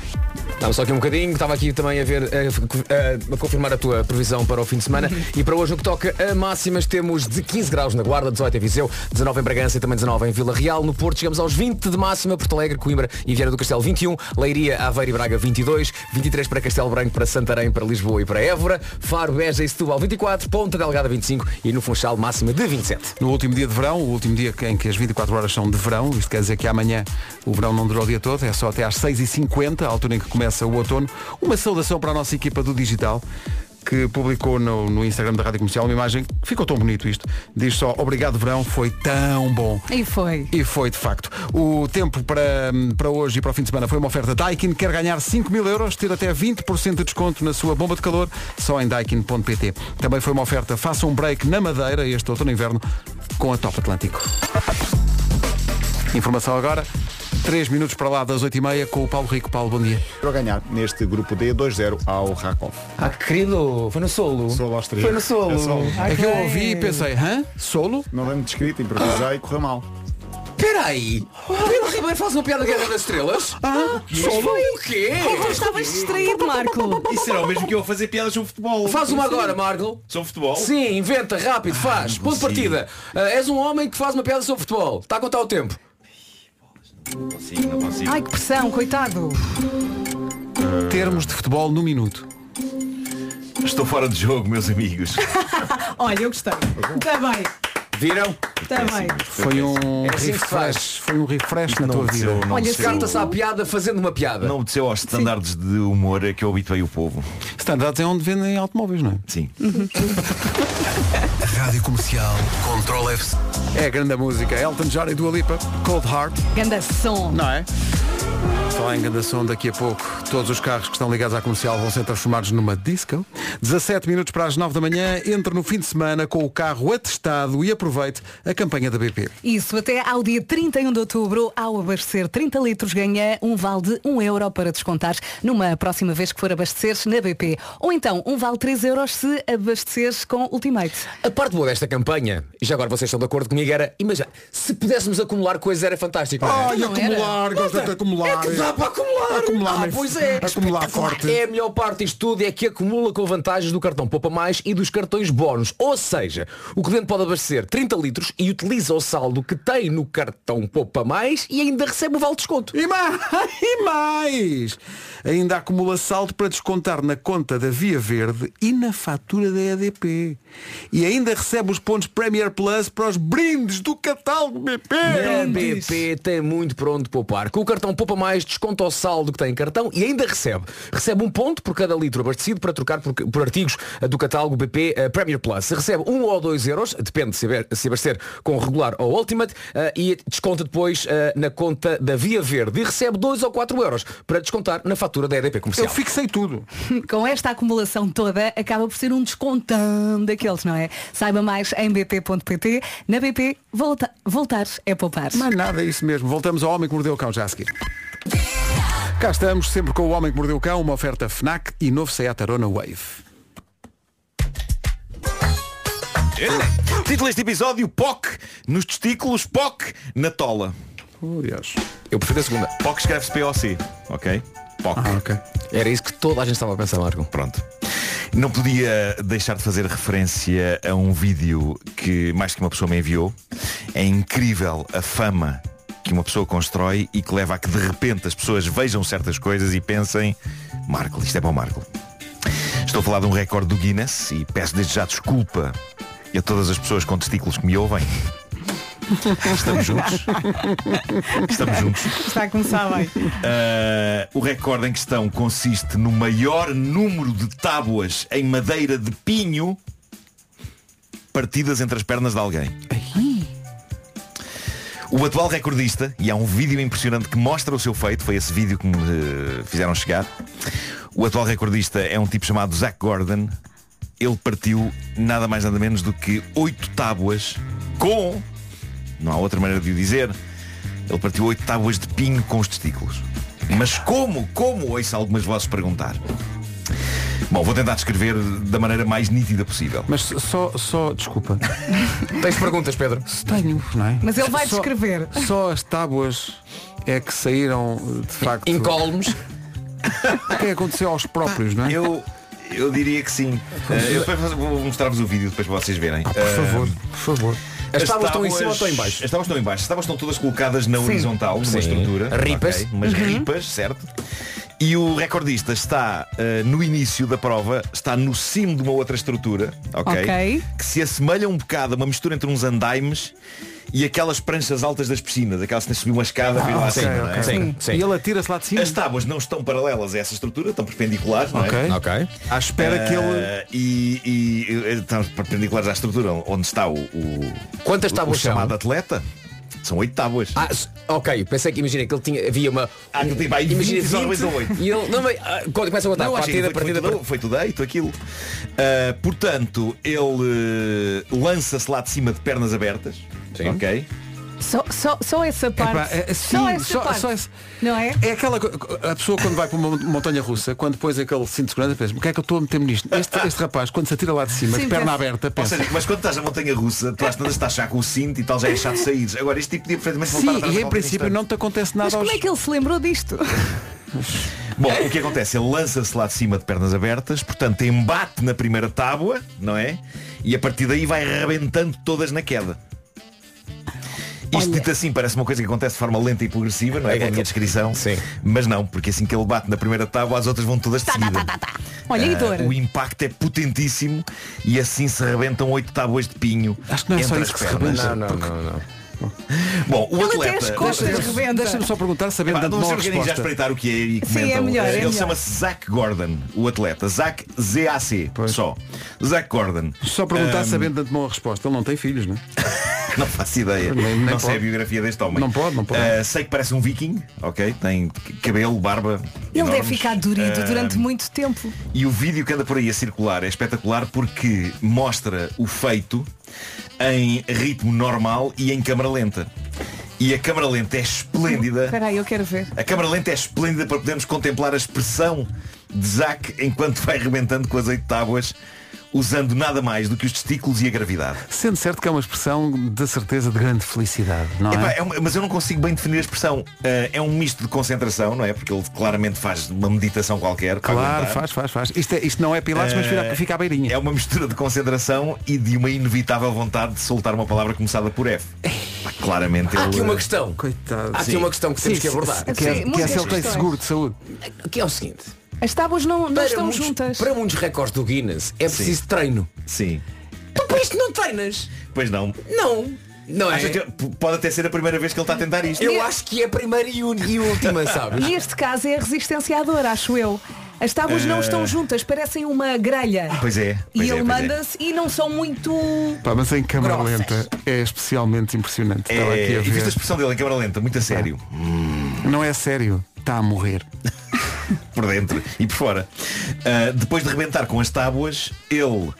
Estava só aqui um bocadinho, estava aqui também a ver, a, a- a confirmar a tua previsão para o fim de semana. E para hoje, no que toca a máximas, temos de 15 graus na Guarda, 18 em Viseu, 19 em Bragança e também 19 em Vila Real. No Porto, chegamos aos 20 de máxima, Porto Alegre, Coimbra e Vieira do Castelo 21, Leiria, Aveiro e Braga 22, 23 para Castelo Branco, para Santarém, para Lisboa e para Évora, Faro, Beja e Setúbal 24, Ponta Delgada 25 e no Funchal máxima de 27.
No último dia de verão, o último dia em que as 24 horas são de verão, isto quer dizer que amanhã o verão não durou o dia todo, é só até às 6h50, a altura em que começa o outono. Uma saudação para a nossa equipa do Digital, que publicou no, no Instagram da Rádio Comercial uma imagem que ficou tão bonito isto. Diz só, obrigado verão, foi tão bom.
E foi.
E foi de facto. O tempo para, para hoje e para o fim de semana foi uma oferta Daikin. Quer ganhar 5 mil euros, ter até 20% de desconto na sua bomba de calor, só em daikin.pt. Também foi uma oferta Faça um break na Madeira este outono e inverno com a Top Atlântico. Informação agora, 3 minutos para lá das 8h30 com o Paulo Rico. Paulo, bom dia.
Para ganhar neste grupo D 2-0 ao Rakov.
Ah, querido, foi no solo.
Solo aos três.
Foi no solo.
É,
Ah, É que eu bem.
ouvi e pensei, hã? Solo?
Não lembro de escrito, improvisei e correu mal.
Peraí! Pedro Ribeiro faz uma piada Guerra das Estrelas? Ah,
solo?
foi o quê?
Como tu
Oh, estavas distraído, Marco?
Isso era o mesmo que eu a fazer piadas sobre futebol.
Faz uma agora, Marco.
Sobre futebol?
Sim, inventa, rápido, faz. Ponto de partida. Ah, és um homem que faz uma piada sobre futebol. Está a contar o tempo.
Consigo, não consigo.
Ai, que pressão, coitado.
Termos de futebol no minuto.
É Estou fora de jogo, meus amigos.
Olha, eu gostei. Está bem,
Viram?
está bem.
Foi um
É assim que se
refresh, foi um refresh na tua vida.
desceu, não Olha, desceu.
Carta-se à piada fazendo uma piada.
Não obedeceu aos standards de humor a que eu habituei o povo.
Standards é onde vendem automóveis, não é?
Sim.
Rádio Comercial Control F.
É a grande música. Elton John e Dua Lipa, Cold Heart.
Ganda som.
Não é? Falar em grande som daqui a pouco. Todos os carros que estão ligados à comercial vão ser transformados numa disco. 17 minutos para as 9 da manhã. Entre no fim de semana com o carro atestado e aproveite a campanha da BP.
Isso, até ao dia 31 de outubro, ao abastecer 30 litros, ganha um vale de 1 euro para descontar numa próxima vez que for abastecer na BP. Ou então, um vale de 3 euros se abasteceres com Ultimate.
A parte boa desta campanha, e já agora vocês estão de acordo comigo, era, imagina, se pudéssemos acumular coisas era fantástico. não é?
Ai,
Não era.
acumular, gosto de acumular.
É que dá para acumular.
Acumular,
ah,
mas-
pois é.
acumular
espetacular.
forte.
É a melhor parte disto tudo é que acumula com vantagens do cartão Poupa Mais e dos cartões bónus. Ou seja, o cliente pode abastecer 30 litros e utiliza o saldo que tem no cartão Poupa Mais e ainda recebe o vale desconto.
E mais, e mais! Ainda acumula saldo para descontar na conta da Via Verde e na fatura da EDP. E ainda recebe os pontos Premier Plus para os brindes do catálogo BP.
A BP tem muito para onde poupar. Com o cartão Poupa Mais, desconta o saldo que tem em cartão e ainda recebe. Recebe um ponto por cada litro abastecido para trocar por, por artigos eh, do catálogo BP eh, Premier Plus. Recebe um ou dois euros, depende se abe- se abastecer com regular ou Ultimate, eh, e desconta depois eh, na conta da Via Verde. E recebe dois ou quatro euros para descontar na fatura da EDP
Eu
comercial.
fixei tudo.
Com esta acumulação toda, acaba por ser um descontão daqueles, não é? Saiba mais em bp.pt. Na BP, volta, voltar é poupar.
Mais nada, é isso mesmo. Voltamos ao Homem que Mordeu o Cão já a seguir. Cá estamos, sempre com o Homem que Mordeu o Cão, uma oferta FNAC e novo Seat Arona Wave.
É. Título deste episódio, POC nos testículos, POC na tola.
Aliás.
Eu prefiro a segunda.
POC escreve-se POC, Ah, ok? POC.
Era isso que toda a gente estava a pensar, Marco.
Pronto. Não podia deixar de fazer referência a um vídeo que mais que uma pessoa me enviou. É incrível a fama que uma pessoa constrói e que leva a que de repente as pessoas vejam certas coisas e pensem, Marco, isto é para o Marco. Estou a falar de um recorde do Guinness e peço desde já desculpa a todas as pessoas com testículos que me ouvem. Estamos juntos. Estamos juntos.
Está a começar bem.
Ah, o recorde em questão consiste no maior número de tábuas em madeira de pinho partidas entre as pernas de alguém. O atual recordista, e há um vídeo impressionante que mostra o seu feito, foi esse vídeo que me eh, fizeram chegar. O atual recordista é um tipo chamado Zach Gordon. Ele partiu nada mais nada menos do que oito tábuas com, não há outra maneira de o dizer, ele partiu oito tábuas de pinho com os testículos. Mas como, como ouço algumas vozes perguntar? Bom, vou tentar descrever da maneira mais nítida possível.
Mas só, só, desculpa.
Tens perguntas, Pedro?
Tenho, não é?
Mas ele vai
Só-
descrever.
Só as tábuas é que saíram, de facto.
Incólumes.
O que é que aconteceu aos próprios, não é?
Eu, eu diria que sim. Eh, eu depois vou mostrar-vos o vídeo depois para vocês verem.
Por favor,
Eh,
por favor.
As tábuas estão em cima ou estão em baixo?
As tábuas estão em baixo. As tábuas estão todas colocadas na
Sim.
horizontal, numa
Sim.
estrutura.
Ripas.
ok, umas
Uhum.
ripas, certo? E o recordista está eh, no início da prova, está no cimo de uma outra estrutura, ok?
Ok.
Que se assemelha um bocado a uma mistura entre uns andaimes e aquelas pranchas altas das piscinas, aquelas que tens de subir uma escada para ir lá
ok,
acima, não é?
ok. E ele atira-se lá de cima.
As tábuas não estão paralelas a essa estrutura, estão perpendiculares, não é?
Ok. À espera
Eh,
que ele.
E, e, eh, estão perpendiculares à estrutura onde está o, o-
Quantas
o-
tábuas
o
são?
chamado atleta. São oito tábuas.
Ah, s- ok, pensei que imagina que ele tinha, havia uma.
Ah, que tem, vai, 20, só dois ou oito.
E ele. Não, mas, ah, quando começa a botar
Não, acho que foi,
partida,
foi,
partida,
tudo,
partida.
foi tudo aí, tudo aquilo. Ah, portanto, ele eh, lança-se lá de cima de pernas abertas. Ok?
Só, só, só essa parte.
Epá, é-
só
sim,
essa
só-
parte.
só essa-
Não é?
É aquela co- a pessoa quando vai para uma montanha russa, quando pôs aquele cinto de segurança, pensa, o que é que eu estou a meter-me nisto? Este, este rapaz, quando se atira lá de cima,
Sim,
de perna
pensa.
aberta,
Ou
pensa.
seja, mas quando estás na montanha russa, tu às tantas estás já com o cinto e tal, já é chato sair. Agora, este tipo podia perfeitamente voltar
Sim,
atrás
e
a
em
qualquer
princípio
instante.
não te acontece
Mas
nada aos.
como é que ele se lembrou disto?
Bom, o que acontece? Ele lança-se lá de cima de pernas abertas, portanto embate na primeira tábua, não é? E a partir daí vai rebentando todas na queda. Isto dito assim parece uma coisa que acontece de forma lenta e progressiva, não é? Com a minha descrição.
Sim.
Mas não, porque assim que ele bate na primeira tábua, as outras vão todas
Tá,
de seguida.
Olha,
Eh,
e
Ah,
dor.
o impacto é potentíssimo e assim se rebentam oito tábuas de pinho.
Acho que não é
entre
só
as
isso que se
pernas.
rebenta.
Não, não, não, não.
Bom, o
Ele até
atleta.
as costas
Deixa-me-
rebenta.
Deixa-me só perguntar, sabendo
Epá,
da
não sei
tua
um bocadinho já
resposta.
espreitar o que é e
Sim, é
comentam.
melhor, é
Ele
melhor.
chama-se Zach Gordon, o atleta. Zach Z-A-C, só. Zach Gordon.
Só perguntar sabendo da tua resposta. Ele não tem filhos, não é?
Não faço ideia.
Nem- nem
não sei
pode.
a biografia deste homem.
Não pode, não pode.
Ah, sei que parece um viking, ok? Tem cabelo, barba.
Ele
enormes.
deve ficar dorido
Ah,
durante muito tempo.
E o vídeo que anda por aí a circular é espetacular porque mostra o feito em ritmo normal e em câmara lenta. E a câmara lenta é esplêndida.
Espera aí, eu quero ver.
A câmara lenta é esplêndida para podermos contemplar a expressão de Zac enquanto vai arrebentando com as oito tábuas, usando nada mais do que os testículos e a gravidade.
Sendo certo que é uma expressão de certeza de grande felicidade, não
Epá,
é?
é uma- mas eu não consigo bem definir a expressão. Ah, é um misto de concentração, não é? Porque ele claramente faz uma meditação qualquer. para
Claro,
aguentar.
faz, faz, faz. Isto, é- isto não é Pilates, mas fica, fica à beirinha.
É uma mistura de concentração e de uma inevitável vontade de soltar uma palavra começada por F. Pá, claramente ele.
Há
eh,
aqui uma questão.
Coitado.
Há aqui
Sim.
uma questão que temos que abordar.
Que é,
Sim,
que é
muitas
se ele tem
questões.
seguro de saúde.
Que é o seguinte.
As tábuas não, não estão
muitos,
juntas.
para muitos recordes do Guinness é preciso treino.
Sim.
Tu para isto não treinas?
Pois não.
Não. Não é?
Acha que p- pode até ser a primeira vez que ele está a tentar isto.
Eu acho que é a primeira e, un- e última, sabes?
Neste caso é a resistência à dor, acho eu. As tábuas não estão juntas, parecem uma grelha.
É. Pois é.
E
pois
ele
é, pois é.
manda-se e não são muito.
Pá, mas em câmara
Grossas.
lenta é especialmente impressionante. Estava
É,
aqui a
e viste a
ver.
expressão dele em câmara lenta, muito a sério,
Não é sério, está a morrer.
por dentro e por fora. Ah, depois de rebentar com as tábuas, ele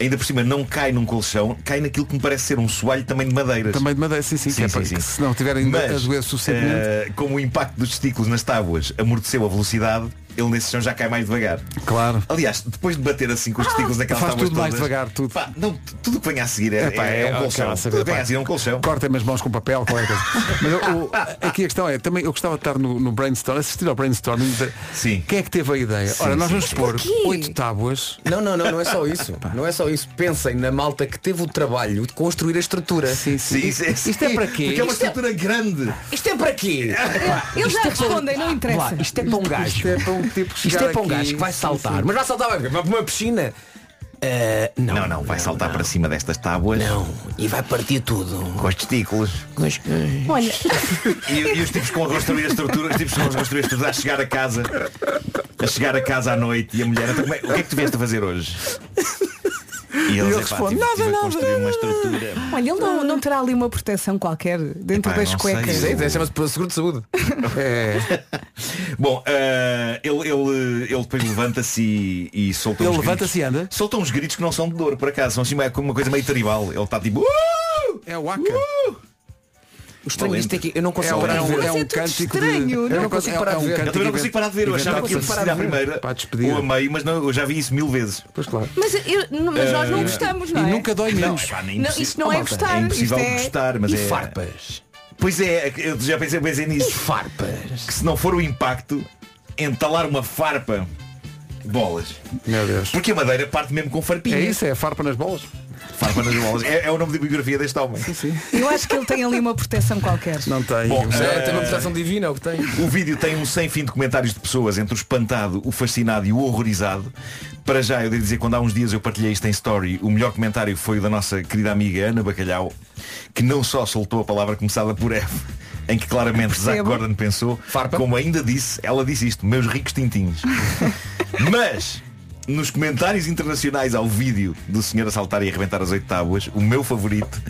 ainda por cima não cai num colchão, cai naquilo que me parece ser um soalho também de madeiras.
Também de madeira, sim, sim, que é para- que se não tiverem ainda a
Mas,
doer suficientemente.
ah, como o impacto dos testículos nas tábuas amorteceu a velocidade, ele nesse chão já cai mais devagar.
Claro. Ah,
Aliás, depois de bater assim com os testículos naquelas
Faz
tábuas
tudo mais
todas,
devagar, tudo.
pá, não, t- tudo o que vem a seguir é,
Epá,
é, é um
ó,
colchão.
cara, sabe,
tudo o que vem
pá,
a seguir é um colchão.
Cortem-me as mãos com papel, qualquer coisa. Mas eu- o- aqui a questão é, também eu gostava de estar no, no brainstorm, assistir ao brainstorming. de-
Sim.
Quem é que teve a ideia? Ora, nós vamos pôr
porquê?
oito tábuas.
Não, não, não, não é só isso. Não é só isso. Pensem na malta que teve o trabalho de construir a estrutura.
Sim, isso,
Isto é para quê?
Porque é uma
Isto é-
estrutura grande.
Isto é para quê?
Eles já respondem, não interessa.
Isto é para um gajo.
Isto é para um tipo
Isto
chegar
é para um
aqui.
gajo que vai saltar. Mas vai saltar vai para uma piscina.
não, não, vai saltar para cima destas tábuas. Não,
e vai partir tudo.
Com os testículos.
Olha.
E, e os tipos que vão construir a estrutura, os tipos que vão construir a estrutura a chegar a casa, a chegar a casa à noite e a mulher, "Então, como é- o que é que tu vieste a fazer hoje? E
eu
eles, "Epá,
respondo,
tive- tive
nada,
a
nada.
construir uma estrutura.
Olha, ele não, não terá ali uma proteção qualquer dentro
Epá,
das
não
cuecas.
sei, eu-
Chama-se seguro de saúde.
É,
Bom, eh, ele, ele, ele depois levanta-se e, e solta
Ele
uns
levanta-se
gritos. anda? Solta uns gritos que não são de dor, por acaso. São assim uma, uma coisa meio tribal. Ele está tipo...
É o Aca.
O estranho
Valente.
disto é que eu não consigo
É um-
parar
é um-
de ver.
é um
tudo
cântico de-
estranho,
é
eu
não
não
consigo
consigo
parar
um
de ver.
Eu também não consigo parar de ver. Eu
Inventado
achava que
para
ele
parar
desistir
de
à
ver.
primeira. Ou a meio, mas não, eu já vi isso mil vezes.
Pois claro.
Mas, eu- não- mas nós não
Eh,
gostamos, não é?
Não, epá, nem
Não,
impossível.
isto não é
Oh, malta,
gostar.
É impossível
isto é-
gostar, mas
E
é.
farpa.
Pois é, eu já pensei, pensei nisso. farpas. Que se não for o impacto, entalar uma farpa. Bolas.
Meu Deus.
Porque a madeira parte mesmo com farpinha.
É isso, é farpa nas bolas.
Farpa nas bolas. É, é o nome da biografia deste homem. Sim,
sim.
Eu acho que ele tem ali uma proteção qualquer.
Não tem.
Bom,
É,
eh,
tem uma proteção divina, é o que tem.
O vídeo tem um sem fim de comentários de pessoas entre o espantado, o fascinado e o horrorizado. Para já, eu devo dizer, quando há uns dias eu partilhei isto em story, o melhor comentário foi o da nossa querida amiga Ana Bacalhau, que não só soltou a palavra começada por F, em que claramente Zac
Percebo.
Gordon pensou, como ainda disse, ela disse isto, meus ricos tintins. Mas, nos comentários internacionais ao vídeo do senhor a saltar e arrebentar as oito tábuas, o meu favorito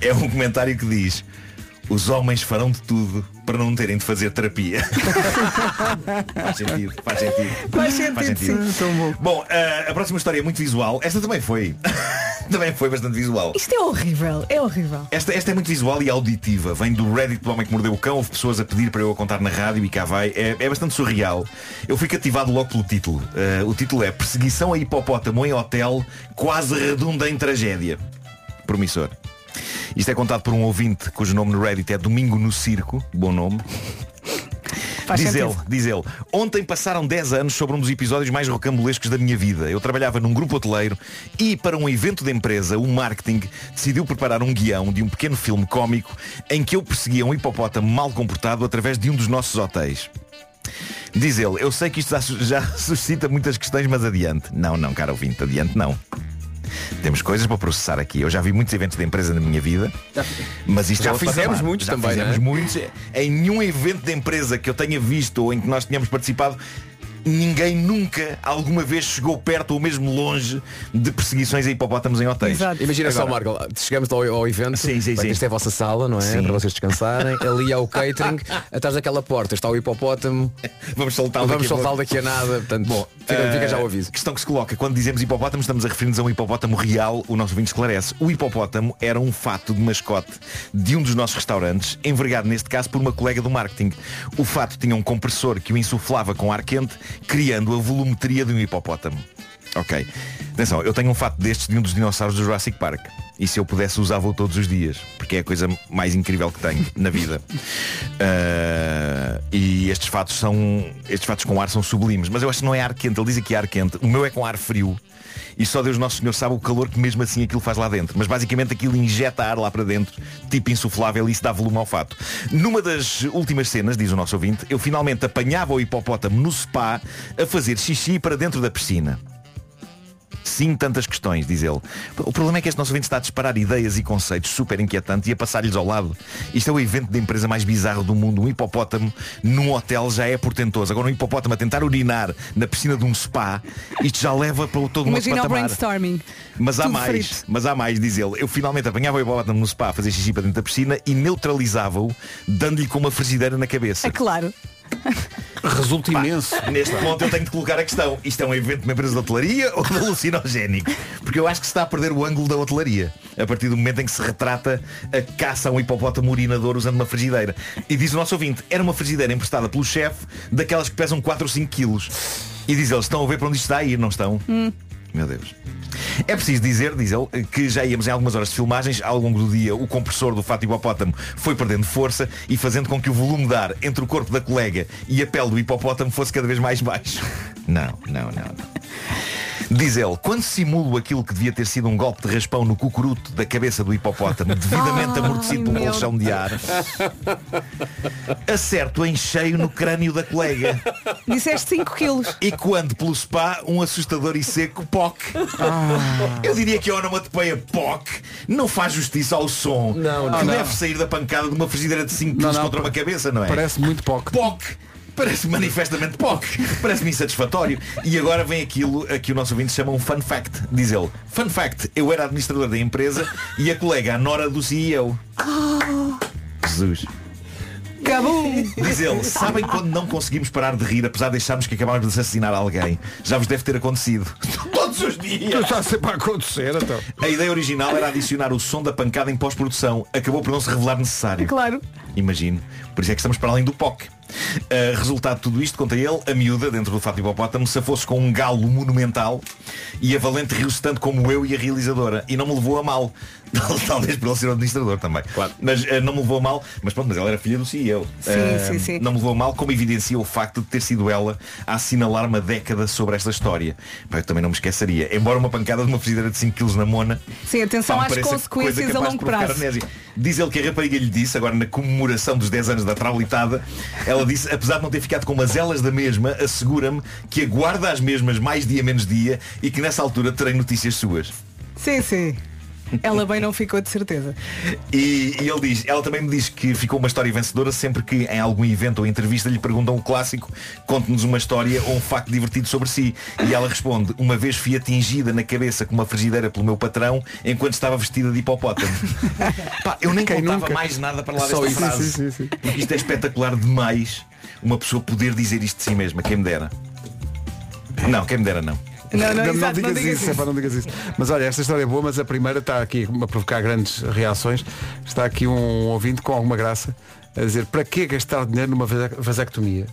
é um comentário que diz os homens farão de tudo para não terem de fazer terapia. faz sentido, faz sentido.
Faz sentido, sim.
bom, eh, a próxima história é muito visual. Esta também foi. também foi bastante visual.
Isto é horrível, é horrível.
Esta, esta é muito visual e auditiva. Vem do Reddit do Homem que Mordeu o Cão. Houve pessoas a pedir para eu a contar na rádio e cá vai. É, é bastante surreal. Eu fui cativado logo pelo título. Eh, o título é Perseguição a hipopótamo em hotel quase redunda em tragédia. Promissor. Isto é contado por um ouvinte cujo nome no Reddit é Domingo no Circo. Bom nome.
Faz
diz
sentido.
ele, diz ele, ontem passaram 10 anos sobre um dos episódios mais rocambolescos da minha vida. Eu trabalhava num grupo hoteleiro e, para um evento de empresa, o marketing decidiu preparar um guião de um pequeno filme cómico em que eu perseguia um hipopótamo mal comportado através de um dos nossos hotéis. Diz ele, eu sei que isto já, su- já suscita muitas questões, mas adiante. Não, não, cara ouvinte, adiante não. Temos coisas para processar aqui. Eu já vi muitos eventos de empresa na minha vida, mas isto
Já
é outro
fizemos
patamar.
muitos
Já
também,
fizemos
não é?
muitos. Em nenhum evento de empresa que eu tenha visto ou em que nós tenhamos participado, ninguém nunca alguma vez chegou perto ou mesmo longe de perseguições a hipopótamos em hotéis.
Imagina só,
Agora-
Marco, chegamos ao, ao evento, bem,
sim.
isto é a vossa sala, não é?
Sim.
Para vocês descansarem. Ali há o catering, atrás daquela porta está o hipopótamo.
Vamos soltá-lo
Vamos
daqui a
soltá-lo
pouco.
daqui a nada. Portanto, Bom, fica,
Eh,
fica já o aviso.
Questão que se coloca, quando dizemos hipopótamo, estamos a referir-nos a um hipopótamo real, o nosso ouvinte esclarece. O hipopótamo era um fato de mascote de um dos nossos restaurantes, envergado neste caso por uma colega do marketing. O fato tinha um compressor que o insuflava com ar quente, criando a volumetria de um hipopótamo. Ok. Atenção, eu tenho um fato destes de um dos dinossauros do Jurassic Park. E se eu pudesse usava-o todos os dias, porque é a coisa mais incrível que tenho na vida. Ah, e estes fatos são. Estes fatos com ar são sublimes, mas eu acho que não é ar quente, ele diz aqui ar quente. O meu é com ar frio. E só Deus Nosso Senhor sabe o calor que mesmo assim aquilo faz lá dentro. Mas basicamente aquilo injeta ar lá para dentro, tipo insuflável, e isso dá volume ao fato. Numa das últimas cenas, diz o nosso ouvinte, eu finalmente apanhava o hipopótamo no spa a fazer xixi para dentro da piscina. Sim, tantas questões, diz ele. O problema é que este nosso evento está a disparar ideias e conceitos super inquietantes e a passar-lhes ao lado. Isto é o evento da empresa mais bizarro do mundo. Um hipopótamo num hotel já é portentoso. Agora um hipopótamo a tentar urinar na piscina de um spa, isto já leva para o todo um outro
Imagina o
patamar.
brainstorming.
Mas há
Tudo
mais,
frito.
mas há mais, diz ele. Eu finalmente apanhava o hipopótamo no spa a fazer xixi para dentro da piscina e neutralizava-o, dando-lhe com uma frigideira na cabeça.
É claro.
Resulta imenso.
Neste ponto eu tenho de colocar a questão. Isto é um evento de uma empresa de hotelaria ou de alucinogénico? Porque eu acho que se está a perder o ângulo da hotelaria. A partir do momento em que se retrata a caça a um hipopótamo urinador usando uma frigideira. E diz o nosso ouvinte, era uma frigideira emprestada pelo chefe daquelas que pesam 4 ou 5 quilos. E diz ele, estão a ver para onde isto está a ir, não estão? Meu Deus. É preciso dizer, diz ele, que já íamos em algumas horas de filmagens, ao longo do dia o compressor do fato hipopótamo foi perdendo força e fazendo com que o volume de ar entre o corpo da colega e a pele do hipopótamo fosse cada vez mais baixo. Não, não, não. não. Diz ele, quando simulo aquilo que devia ter sido um golpe de raspão no cucuruto da cabeça do hipopótamo, devidamente
Ai,
amortecido por um
meu
colchão de ar, acerto em cheio no crânio da colega.
Disseste 5 quilos.
E quando pelo spa, um assustador e seco POC.
Ah.
Eu diria que a onomatopeia POC não faz justiça ao som
não,
que
não.
deve sair da pancada de uma frigideira de 5 quilos contra uma cabeça, não é?
Parece muito POC.
POC! Parece manifestamente POC! Parece-me insatisfatório. E agora vem aquilo a que o nosso ouvinte chama um fun fact. Diz ele, fun fact, eu era administrador da empresa e a colega, a Nora do CEO. Jesus.
Cabum!
Diz ele, sabem quando não conseguimos parar de rir apesar de acharmos que acabámos de assassinar alguém? Já vos deve ter acontecido. Todos os dias!
Está sempre a acontecer, então.
A ideia original era adicionar o som da pancada em pós-produção. Acabou por não se revelar necessário.
Claro.
Imagino. Por isso é que estamos para além do POC. Uh, resultado de tudo isto, conta ele, a miúda, dentro do fato de hipopótamo, safou-se com um galo monumental e a Valente riu-se tanto como eu e a realizadora. E não me levou a mal. Tal- Talvez por ele ser o administrador também. Mas uh, não me levou a mal. Mas pronto, mas ela era filha do CEO.
Sim, sim, sim.
Ah, Não me levou a mal, como evidencia o facto de ter sido ela a assinalar uma década sobre esta história. Pá, eu também não me esqueceria. Embora uma pancada de uma frigideira de 5kg na mona
Sim, atenção
Pá, me
às
parece coisa é
consequências a
capaz de
longo
provocar
prazo.
amnésia. Diz ele que a rapariga lhe disse, agora na comemoração dos 10 anos da traulitada, ela disse, apesar de não ter ficado com umas elas da mesma, assegura-me que aguarda as mesmas mais dia menos dia e que nessa altura terei notícias suas.
Sim, sim. Ela bem não ficou de certeza.
E, e ele diz, ela também me diz que ficou uma história vencedora sempre que em algum evento ou entrevista lhe perguntam o clássico, conte-nos uma história ou um facto divertido sobre si. E ela responde, uma vez fui atingida na cabeça com uma frigideira pelo meu patrão enquanto estava vestida de hipopótamo. Pá, eu nem contava mais nada para lá
Só
desta
isso.
frase.
Sim, sim, sim, sim.
Porque isto é espetacular demais uma pessoa poder dizer isto de si mesma, quem me dera. Não, quem me dera não.
Não, não,
não,
exato, não
digas
digas
isso,
isso.
é pá, não digas isso. Mas olha, esta história é boa, mas a primeira está aqui a provocar grandes reações. Está aqui um ouvinte com alguma graça a dizer para que gastar dinheiro numa vase- vasectomia?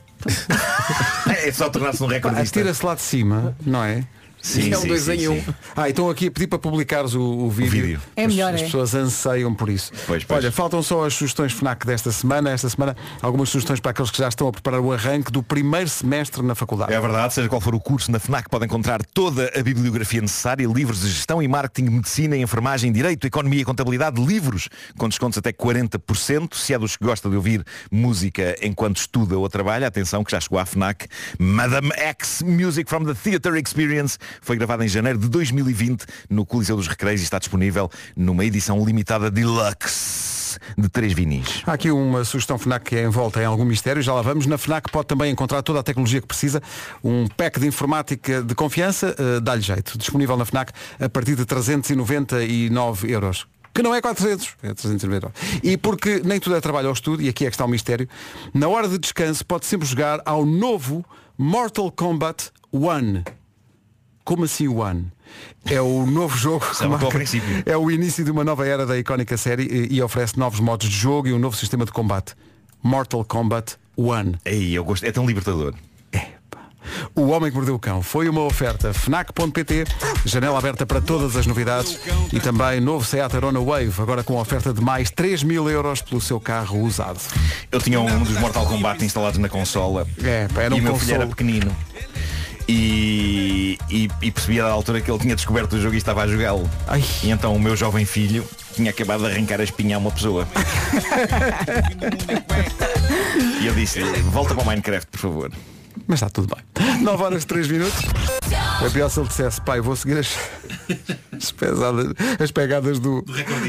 É só tornar-se um
Pá,
é-
recordista.
Atira-se lá de cima, não é?
Sim, É um sim, dois em sim, um. sim.
Ah, então aqui a pedir para publicares o, o vídeo.
É
As-
melhor,
As
é.
pessoas anseiam por isso. Olha, faltam só as sugestões FNAC desta semana. Esta semana, algumas sugestões para aqueles que já estão a preparar o arranque do primeiro semestre na faculdade.
É verdade, seja qual for o curso, na FNAC pode encontrar toda a bibliografia necessária, livros de gestão e marketing, medicina, enfermagem, direito, economia e contabilidade, livros com descontos até 40%. Se é dos que gosta de ouvir música enquanto estuda ou trabalha, atenção que já chegou à FNAC. Madame X Music from the Theatre Experience foi gravada em janeiro de 2020 no Coliseu dos Recreios e está disponível numa edição limitada deluxe de três vinis.
Há aqui uma sugestão FNAC que é envolta em algum mistério, já lá vamos. Na FNAC pode também encontrar toda a tecnologia que precisa, um pack de informática de confiança, eh, dá-lhe jeito. Disponível na FNAC a partir de 399 euros. Que não é 400, é 399. E porque nem tudo é trabalho ao estudo, e aqui é que está o mistério, na hora de descanso pode sempre jogar ao novo Mortal Kombat 1. Como assim One? É o novo jogo que
é um
marca-
bom princípio.
é o início de uma nova era da icónica série e, e oferece novos modos de jogo e um novo sistema de combate. Mortal Kombat One.
Ei, eu gosto, é tão libertador.
O Homem que Mordeu o Cão foi uma oferta FNAC.pt, janela aberta para todas as novidades e também novo Seat Arona Wave, agora com oferta de mais 3 mil euros pelo seu carro usado.
Eu tinha um dos Mortal Kombat instalados na consola.
É, pá, era um
e o meu
console.
filho era pequenino. E, e, e percebi à altura que ele tinha descoberto o jogo e estava a jogá-lo. E então o meu jovem filho tinha acabado de arrancar a espinha a uma pessoa. e eu disse, volta para o Minecraft, por favor.
Mas está tudo bem. 9 horas e 3 minutos. É pior se ele dissesse, pai, vou seguir as, as pesadas- as pegadas do,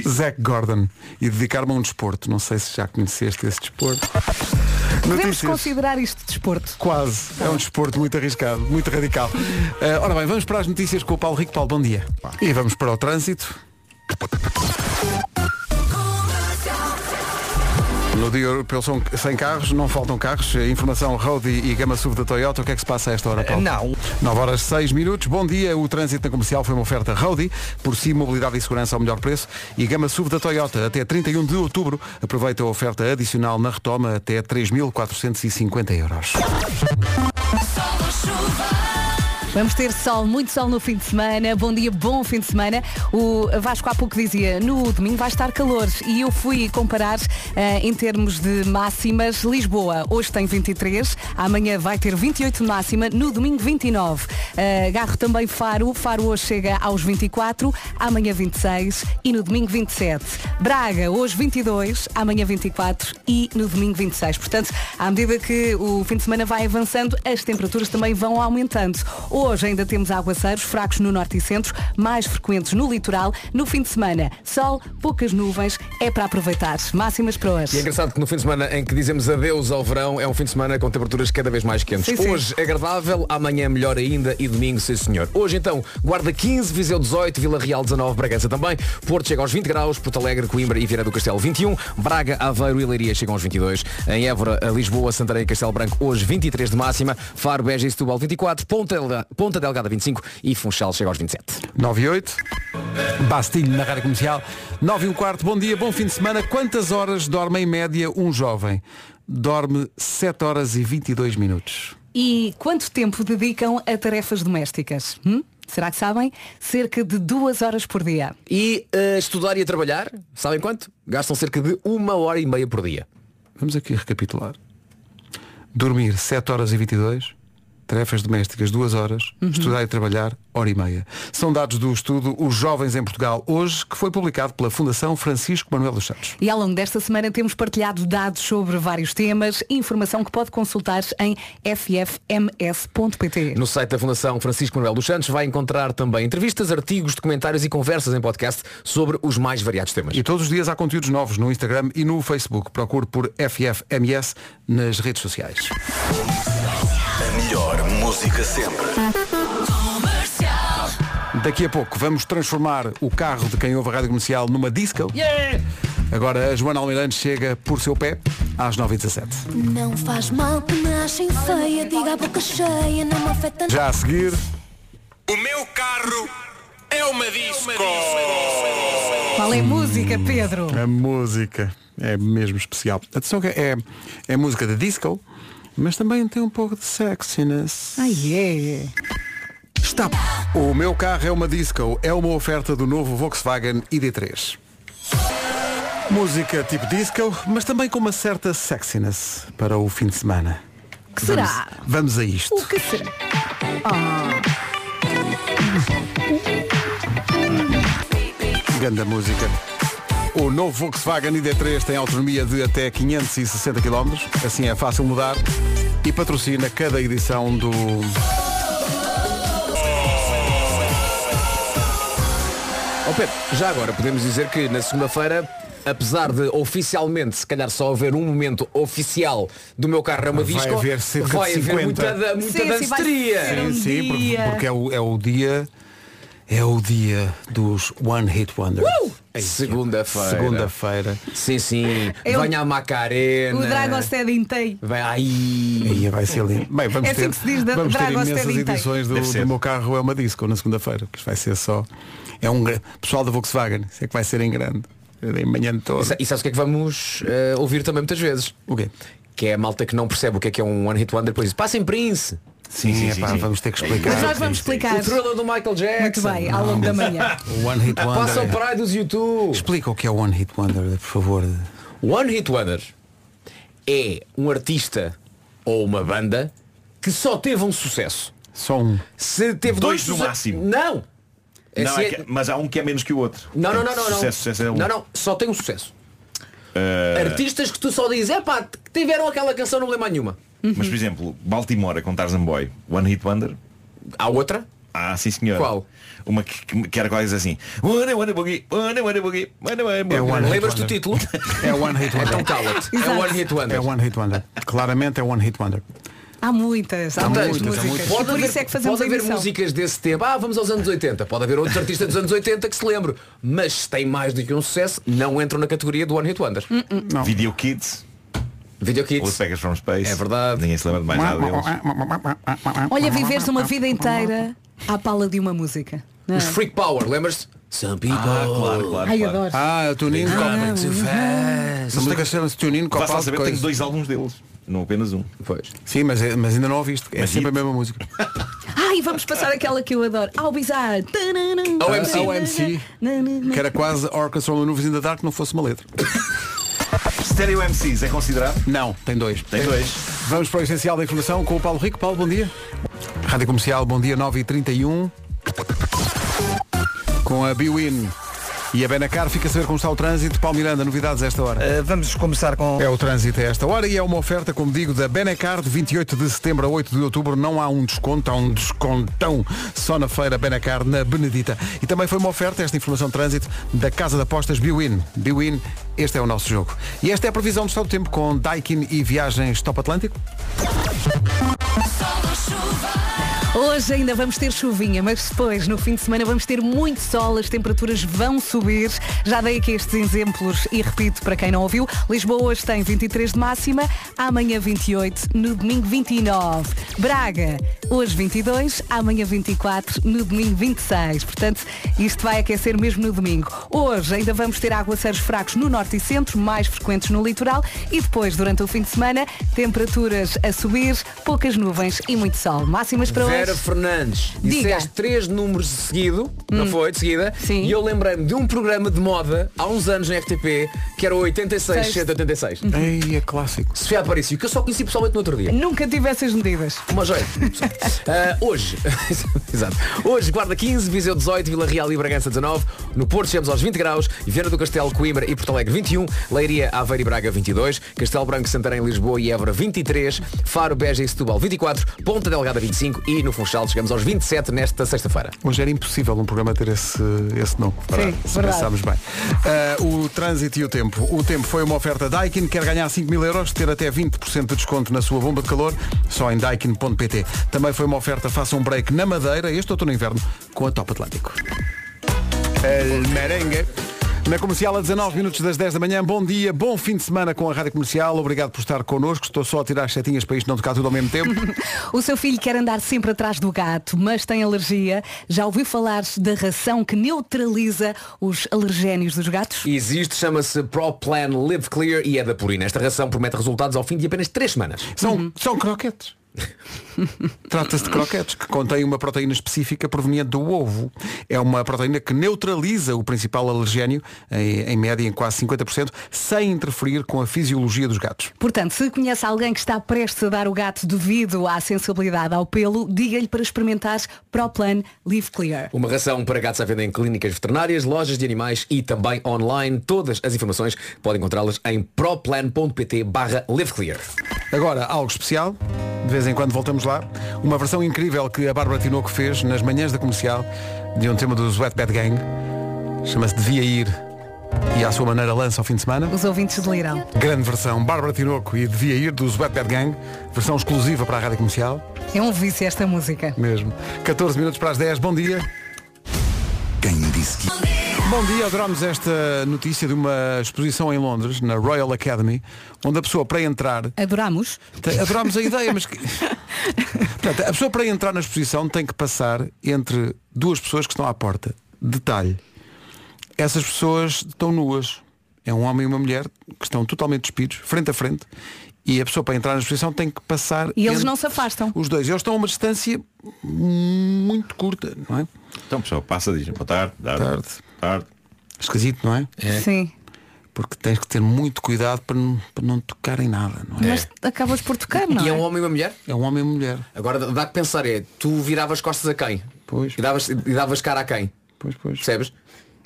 Zac Gordon e dedicar-me a um desporto. Não sei se já conheceste esse desporto.
Podemos considerar isto desporto.
Quase. É um desporto muito arriscado, muito radical. Eh, ora bem, vamos para as notícias com o Paulo Rico. Paulo, bom dia. E vamos para o trânsito. No dia europeu são- sem carros, não faltam carros. Eh, Informação Road e, e Gama SUV da Toyota. O que é que se passa a esta hora, Paulo? Não. 9 horas 6 minutos. Bom dia. O trânsito na comercial foi uma oferta Roadie. Por si, mobilidade e segurança ao melhor preço. E Gama SUV da Toyota até 31 de outubro. Aproveita a oferta adicional na retoma até 3.450 euros.
Vamos ter sol, muito sol no fim de semana. Bom dia, bom fim de semana. O Vasco há pouco dizia, no domingo vai estar calor. E eu fui comparar eh, em termos de máximas. Lisboa hoje tem 23, amanhã vai ter 28 de máxima, no domingo 29. Eh, Garro também Faro. Faro hoje chega aos 24, amanhã 26 e no domingo 27. Braga hoje 22, amanhã 24 e no domingo 26. Portanto, à medida que o fim de semana vai avançando, as temperaturas também vão aumentando. Hoje ainda temos aguaceiros fracos no norte e centro, mais frequentes no litoral. No fim de semana, sol, poucas nuvens, é para aproveitar. Máximas para
E é
hoje.
engraçado que no fim de semana em que dizemos adeus ao verão é um fim de semana com temperaturas cada vez mais quentes.
Sim, sim.
Hoje é agradável, amanhã é melhor ainda e domingo, sim senhor. Hoje então, Guarda 15, Viseu 18, Vila Real 19, Bragança também, Porto chega aos 20 graus, Porto Alegre, Coimbra e Viana do Castelo 21, Braga, Aveiro e Leiria chegam aos 22, em Évora, a Lisboa, Santarém e Castelo Branco hoje 23 de máxima, Faro, Beja e Setúbal 24, Ponta, Delga- Ponta Delgada 25 e Funchal chega aos 27.
9 e 8. Bastilho na Rádio Comercial. 9 e um quarto, bom dia, bom fim de semana. Quantas horas dorme em média um jovem? Dorme 7 horas e 22 minutos.
E quanto tempo dedicam a tarefas domésticas? Hum? Será que sabem? Cerca de duas horas por dia.
E a estudar e a trabalhar, sabem quanto? Gastam cerca de uma hora e meia por dia.
Vamos aqui recapitular. Dormir 7 horas e 22, tarefas domésticas 2 horas, estudar e trabalhar hora e meia. São dados do estudo Os Jovens em Portugal Hoje, que foi publicado pela Fundação Francisco Manuel dos Santos.
E ao longo desta semana temos partilhado dados sobre vários temas, informação que pode consultar em ffms.pt.
No site da Fundação Francisco Manuel dos Santos vai encontrar também entrevistas, artigos, documentários e conversas em podcast sobre os mais variados temas.
E todos os dias há conteúdos novos no Instagram e no Facebook. Procure por FFMS nas redes sociais.
A melhor música sempre.
Daqui a pouco vamos transformar o carro de quem ouve a rádio comercial numa disco. Agora a Joana Almirante chega por seu pé às 9h17.
Não faz mal que nascem feia, diga a boca cheia, não me afeta
Já a seguir,
O meu carro é uma disco.
Qual é a música, Pedro?
A música é mesmo especial. Atenção que é, é música de disco, mas também tem um pouco de sexiness.
Ai é.
Está. O meu carro é uma disco, é uma oferta do novo Volkswagen ID3. Música tipo disco, mas também com uma certa sexiness para o fim de semana.
Que será?
Vamos, vamos a isto.
O que será? Oh. Uh.
Ganda música. O novo Volkswagen ID3 tem autonomia de até 560 km, assim é fácil mudar e patrocina cada edição do
Ó oh, Pedro, já agora podemos dizer que na segunda-feira, apesar de oficialmente, se calhar só haver um momento oficial do meu carro é uma
Vai
disco,
haver cerca de
vai haver
50.
muita, da- muita danceteria.
Um
Sim, sim, por- porque, é, o, é o dia é o dia dos One Hit Wonders. É
Uh! Segunda-feira.
Segunda-feira.
Sim, sim.
Eu-
Venha à Macarena.
O Dragostea inteiro.
Vai aí.
Aí vai ser lindo. Bem, vamos
É assim
ter,
que se diz, da-
vamos ter
Drago's
imensas
Teddy Tay.
edições do,
Deve
do
ser.
meu carro é uma disco na segunda-feira, que isto vai ser só. É um gra- pessoal da Volkswagen, isso é que vai ser em grande. Em manhã toda.
E sa- E sabes o que é que vamos eh, ouvir também muitas vezes?
O quê?
Que é a malta que não percebe o que é que é um One Hit Wonder, depois diz, passem Prince.
Sim, sim, sim, sim. vamos ter que explicar.
Mas nós vamos explicar.
O é thriller do Michael Jackson.
Muito bem, ao longo da manhã.
O One Hit Wonder. é-
Passa o praia dos YouTube.
Explica o que é o One Hit Wonder, por favor.
One Hit Wonder é um artista ou uma banda que só teve um sucesso.
Só um.
Se teve dois,
Dois no
suce-
máximo.
Não! É
Não,
se
é
é-
que- mas há um que é menos que o outro.
Não, não,
Portanto,
não, não, não.
Sucesso, sucesso é um.
Não, não, só tem um sucesso.
Eh,
Artistas que tu só dizes, é pá, tiveram aquela canção, não lembro nenhuma.
Mas, por exemplo, Baltimora com Tarzan Boy, One Hit Wonder.
Há outra?
Ah, sim senhor.
Qual?
Uma que, que- que era quase assim. One One Boogie, One One Boogie, One One Boogie.
É One Hit
Lembras-te do
Wonder.
título?
É One Hit Wonder.
Então cala-te. É One Hit Wonder.
É One Hit Wonder. Claramente é One Hit Wonder.
Há muitas, há
Há
muitas
muitas, há
Tá músicas.
muitas.
E
Pode
por
haver,
isso é que fazemos
pode
a
haver
emissão.
músicas desse tempo. Ah, vamos aos anos 80. Pode haver outros artistas dos anos 80 que se lembram. Mas tem mais do que um sucesso, não entram na categoria do One Hit Wonder.
Mm,
Video Kids.
Video Kids.
Os Pegas from Space.
É verdade.
Ninguém se lembra de mais nada deles.
Olha, viveres uma vida inteira à pala de uma música. não é?
Os Freak Power, lembras-te? Some people.
Ah, claro, claro,
Ai, claro. adoro.
Ah, o Tunin
Ah,
Copal.
muito
Ah,
fast.
uhum.
Essa música chama-se Tunin
Vá-se lá
Copal.
saber, tenho dois álbuns deles. Não apenas um.
Pois.
Sim, mas, é- mas ainda não ouviste. É
Mas
sempre
e-
a mesma música.
Ai, vamos passar aquela que eu adoro. Ao bizarro.
OMC. OMC. Que era quase Orchestra on the Nuvens in the Dark, não fosse uma letra.
Stereo MCs é considerado?
Não, tem dois.
Tem dois.
Vamos para o essencial da informação com o Paulo Rico. Paulo, bom dia. Rádio Comercial, bom dia, 9h31. Com a Biwin. E a Benacar fica a saber como está o trânsito. Paulo Miranda, novidades a esta hora?
vamos começar com.
É o trânsito a esta hora e é uma oferta, como digo, da Benacar de 28 de setembro a 8 de outubro. Não há um desconto, há um descontão só na feira Benacar na Benedita. E também foi uma oferta, esta informação de trânsito, da Casa de Apostas Biwin. Biwin, este é o nosso jogo. E esta é a previsão do estado do tempo com Daikin e viagens Top Atlântico.
Hoje ainda vamos ter chuvinha, mas depois, no fim de semana, vamos ter muito sol, as temperaturas vão subir. Já dei aqui estes exemplos e repito para quem não ouviu, Lisboa hoje tem 23 de máxima, amanhã 28, no domingo 29. Braga, hoje 22, amanhã 24, no domingo 26. Portanto, isto vai aquecer mesmo no domingo. Hoje ainda vamos ter aguaceiros fracos no norte e centro, mais frequentes no litoral e depois, durante o fim de semana, temperaturas a subir, poucas nuvens e muito sol. Máximas para hoje.
Vera Fernandes,
Diga.
disseste três números de seguido, não
Hum.
foi? De seguida. E eu lembrei-me de um programa de moda há uns anos na RTP, que era o 86,
Seis. Uhum.
186.
Ei, é clássico.
Sofia Aparício, que eu só conheci pessoalmente no outro dia.
Nunca tive essas medidas.
Mas olha, ah, hoje, exato, hoje Guarda 15, Viseu 18, Vila Real e Bragança 19, no Porto chegamos aos 20 graus, Viana do Castelo, Coimbra e Porto Alegre 21, Leiria, Aveiro e Braga 22, Castelo Branco, Santarém, Lisboa e Évora 23, Faro, Beja e Setúbal 24, Ponta Delgada 25 e no Funchal chegamos aos 27 nesta sexta-feira.
Hoje era impossível um programa ter esse, esse nome.
Sim,
se
verdade.
pensarmos bem. Ah, o trânsito e o tempo. O tempo foi uma oferta Daikin, quer ganhar 5 mil euros, ter até 20% de desconto na sua bomba de calor, só em daikin.pt. Também foi uma oferta Faça um Break na Madeira, este outono e inverno, com a Top Atlântico. El merengue. Na comercial a 19 minutos das 10 da manhã, bom dia, bom fim de semana com a Rádio Comercial, obrigado por estar connosco, estou só a tirar as setinhas para isto não tocar tudo ao mesmo tempo.
O seu filho quer andar sempre atrás do gato, mas tem alergia. Já ouviu falar da ração que neutraliza os alergénios dos gatos?
Existe, chama-se ProPlan Live Clear e é da Purina. Esta ração promete resultados ao fim de apenas 3 semanas.
São, são croquetes. Trata-se de croquetes, que contém uma proteína específica proveniente do ovo. É uma proteína que neutraliza o principal alergénio, em, em média em quase 50%, sem interferir com a fisiologia dos gatos.
Portanto, se conhece alguém que está prestes a dar o gato devido à sensibilidade ao pelo, diga-lhe para experimentar ProPlan Live Clear.
Uma ração para gatos à venda em clínicas veterinárias, lojas de animais e também online. Todas as informações podem encontrá-las em proplan.pt barra liveclear.
Agora, algo especial, de vez em quando voltamos lá, uma versão incrível que a Bárbara Tinoco fez nas manhãs da comercial de um tema dos Wet Bad Gang, chama-se Devia Ir, e à sua maneira lança ao fim de semana.
Os ouvintes deliram.
Grande versão, Bárbara Tinoco e Devia Ir dos Wet Bad Gang, versão exclusiva para a Rádio Comercial,
É um vício esta música.
mesmo. 14 minutos para as 10, bom dia. Quem disse que... Bom dia, adorámos esta notícia de uma exposição em Londres, na Royal Academy, onde a pessoa para entrar
Adorámos.
Te- Adorámos a ideia, mas que... Portanto, a pessoa para entrar na exposição tem que passar entre duas pessoas que estão à porta. Detalhe. Essas pessoas estão nuas. É um homem e uma mulher que estão totalmente despidos, frente a frente, e a pessoa para entrar na exposição tem que passar
E eles
entre
não se afastam.
os dois. Eles estão a uma distância muito curta, não é?
Então, pessoal, passa, diz boa tarde, tarde, tarde.
Esquisito, não é?
Sim.
Porque tens que ter muito cuidado para não, para não tocar em nada, não é?
Mas acabas por tocar, não
E é um
é?
homem e uma mulher?
É um homem e uma mulher.
Agora dá que pensar, é, tu viravas costas a quem?
Pois.
E davas, e davas cara a quem?
Pois, pois.
Percebes?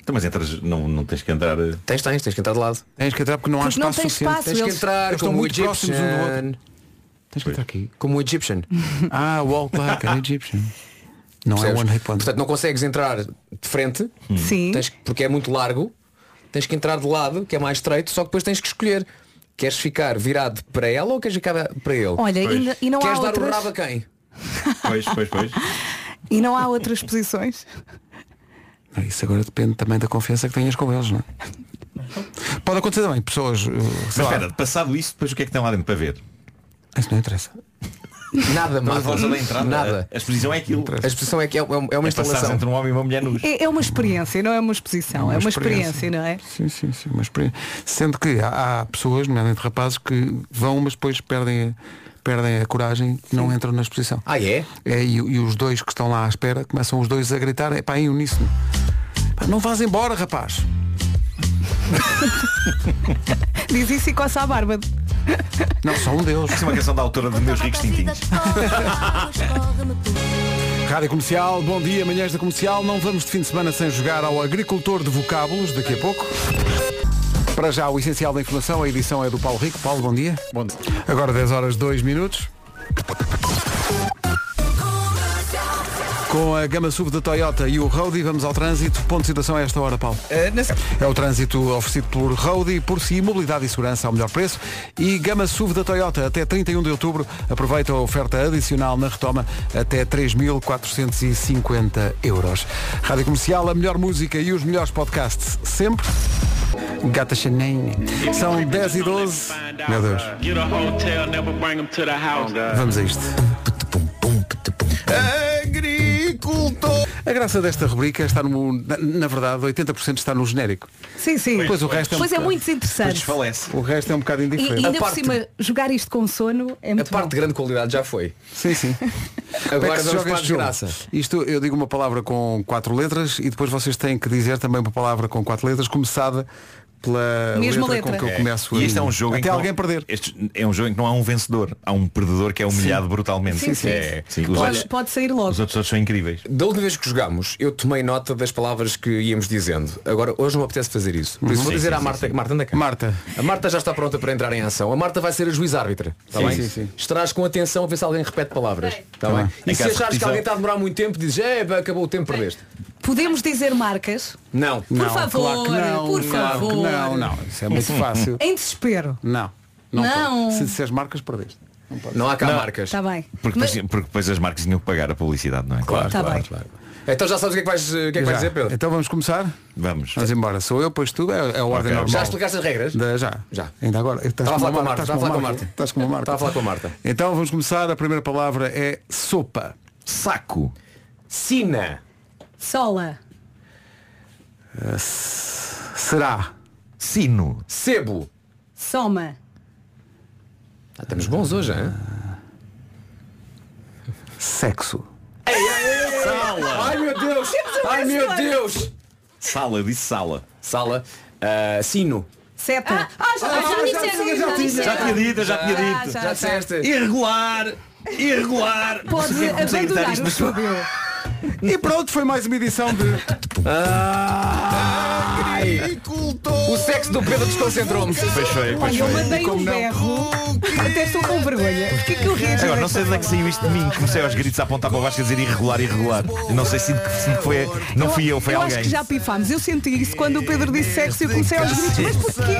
Então, mas entras, não, não tens que entrar. eh,
Tens, tens, tens que entrar de lado.
Tens que entrar porque não há
Porque não tem espaço.
Tens que
eles-
entrar
eles estão
como o
muito próximos um do outro.
Egyptian.
Tens que entrar aqui.
Como o Egyptian.
Ah, walk like an Egyptian. Não
Percebes?
é one hit wonder.
Portanto, não consegues entrar de frente,
Sim.
tens que- porque é muito largo, tens que entrar de lado, que é mais estreito, só que depois tens que escolher. Queres ficar virado para ela ou queres ficar para ele?
Olha, e n- e não há
Queres dar o
outras?
rabo a quem?
Pois, pois, pois.
E não há outras posições?
Ah, Isso agora depende também da confiança que tenhas com eles, não é? Pode acontecer também, pessoas. uh,
Mas
Sei lá,
espera, passado isso, depois o que é que tem lá dentro para ver?
isso não interessa.
É
Estamos
Nada,
a
Marco.
falar só da entrada.
Nada.
A exposição é aquilo.
A exposição é que é, é uma
É passares
instalação.
entre um homem e uma mulher nus.
É, é uma experiência, não é uma exposição. É uma, experiência. não é?
Sim, sim, sim, uma experiência. Sendo que há, há pessoas, nomeadamente rapazes, que vão, mas depois perdem, perdem a coragem e não entram na exposição.
Ah, é?
e, e os dois que estão lá à espera começam os dois a gritar, é pá, em uníssono. "Pá, Não vás embora, rapaz.
Diz isso e coça a barba.
Não, só um deles.
Isso é uma canção da autora de Meus Ricos Tintins.
Rádio Comercial, bom dia, manhãs da Comercial. Não vamos de fim de semana sem jogar ao Agricultor de Vocábulos daqui a pouco. Para já, o essencial da informação, a edição é do Paulo Rico. Paulo, bom dia. Bom dia. Agora 10 horas 2 minutos. Com a gama SUV da Toyota e o Roadie, vamos ao trânsito. Ponto de situação a esta hora, Paulo.
Eh,
É o trânsito oferecido por Roadie, por si, mobilidade e segurança ao melhor preço. E gama SUV da Toyota até 31 de outubro. Aproveita a oferta adicional na retoma até 3.450 euros. Rádio Comercial, a melhor música e os melhores podcasts sempre. Gata Chanene. São 10 e 12. Meu Deus. Vamos a isto. Agricultor! A graça desta rubrica está no. Na, na verdade, 80% está no genérico.
Sim, sim.
Pois o resto é um
Pois é
bocado-
muito desinteressante.
O resto é um bocado
E,
indiferente.
e ainda por cima, jogar isto com sono é muito
A parte de grande qualidade já foi.
Sim, sim. Como é
Agora
que se
vamos
joga
para a
este jogo?
desgraça.
Isto eu digo uma palavra com quatro letras e depois vocês têm que dizer também uma palavra com quatro letras, começada pela
Mesma
letra, com que
letra.
eu
É.
começo
E
em-
este é um jogo em
até
que
alguém
não, perder. Este é um jogo em que não há um vencedor, há um perdedor que é humilhado brutalmente.
Sim, sim.
É, sim, os,
Pode,
outros,
pode sair logo.
os outros todos são incríveis.
Da última vez que jogámos, eu tomei nota das palavras que íamos dizendo. Agora, hoje não me apetece fazer isso. Por isso,
Uhum.
vou
Sim,
dizer
sim,
à
sim,
Marta. Marta, anda cá.
Marta.
A Marta já está pronta para entrar em ação. A Marta vai ser a juiz-árbitra. Está
Sim,
bem?
sim, sim.
Estarás com atenção a ver se alguém repete palavras. Está
Tá
bem?
bem.
E
Em
se
caso de
achares que
repetição-
alguém está a demorar muito tempo, dizes, é, acabou o tempo, perdeste.
Podemos dizer marcas?
Não.
Por favor,
claro que não,
por
claro que
favor.
Não, não, isso é muito fácil.
Em desespero.
Não. Não.
Não.
pode. Se disseres marcas, perdeste. Não, pode.
Não há cá
Não.
marcas.
Está Tá bem.
Porque
Mas-
depois, porque depois as marcas tinham que pagar a publicidade, não é?
Claro, Tá claro, bem.
Então já sabes o que é que vais, o que é que vais
Já.
dizer, Pedro?
Então vamos começar?
Vamos.
Vamos embora. Sou eu, pois tu, é, é a ordem
Ok.
normal.
Já explicaste as regras?
Da- já.
Já.
Ainda agora. Estás
Estava a falar
uma
com a Marta,
marca,
estava a falar com a
marca.
Marta.
Estás com uma marca.
Estava a falar com a Marta.
Então vamos começar. A primeira palavra é sopa.
Saco.
Sina.
Sola.
Uh, s- será?
Sino.
Sebo.
Soma.
Ah, estamos bons hoje, hein?
Sexo.
Sala.
Ai meu Deus! Ai meu Deus!
Sala, disse sala.
Sala. Ah, sino.
Seta.
Ah, já- já disseram isso, já disseram.
Já tinha dito, já tinha
Ah,
Já,
dito.
já,
tá.
já.
disseste.
Irregular. Irregular. Não sei
Pode
porque é que comecei a gritar
abandonar
isto,
o
mas-
estúdio.
E pronto, foi mais uma edição de.
O sexo do Pedro desconcentrou-me.
Pois foi, pois
Olha, eu
foi.
mandei um berro. Até estou com vergonha. Porquê que eu ri?
Agora, não sei de onde é que saiu isto de mim. Comecei aos gritos a apontar para baixo a dizer irregular, irregular. Não sei se se foi. Não fui eu, foi
eu
alguém.
acho que já pifámos. Eu senti isso quando o Pedro disse sexo e eu comecei aos gritos. Mas porquê?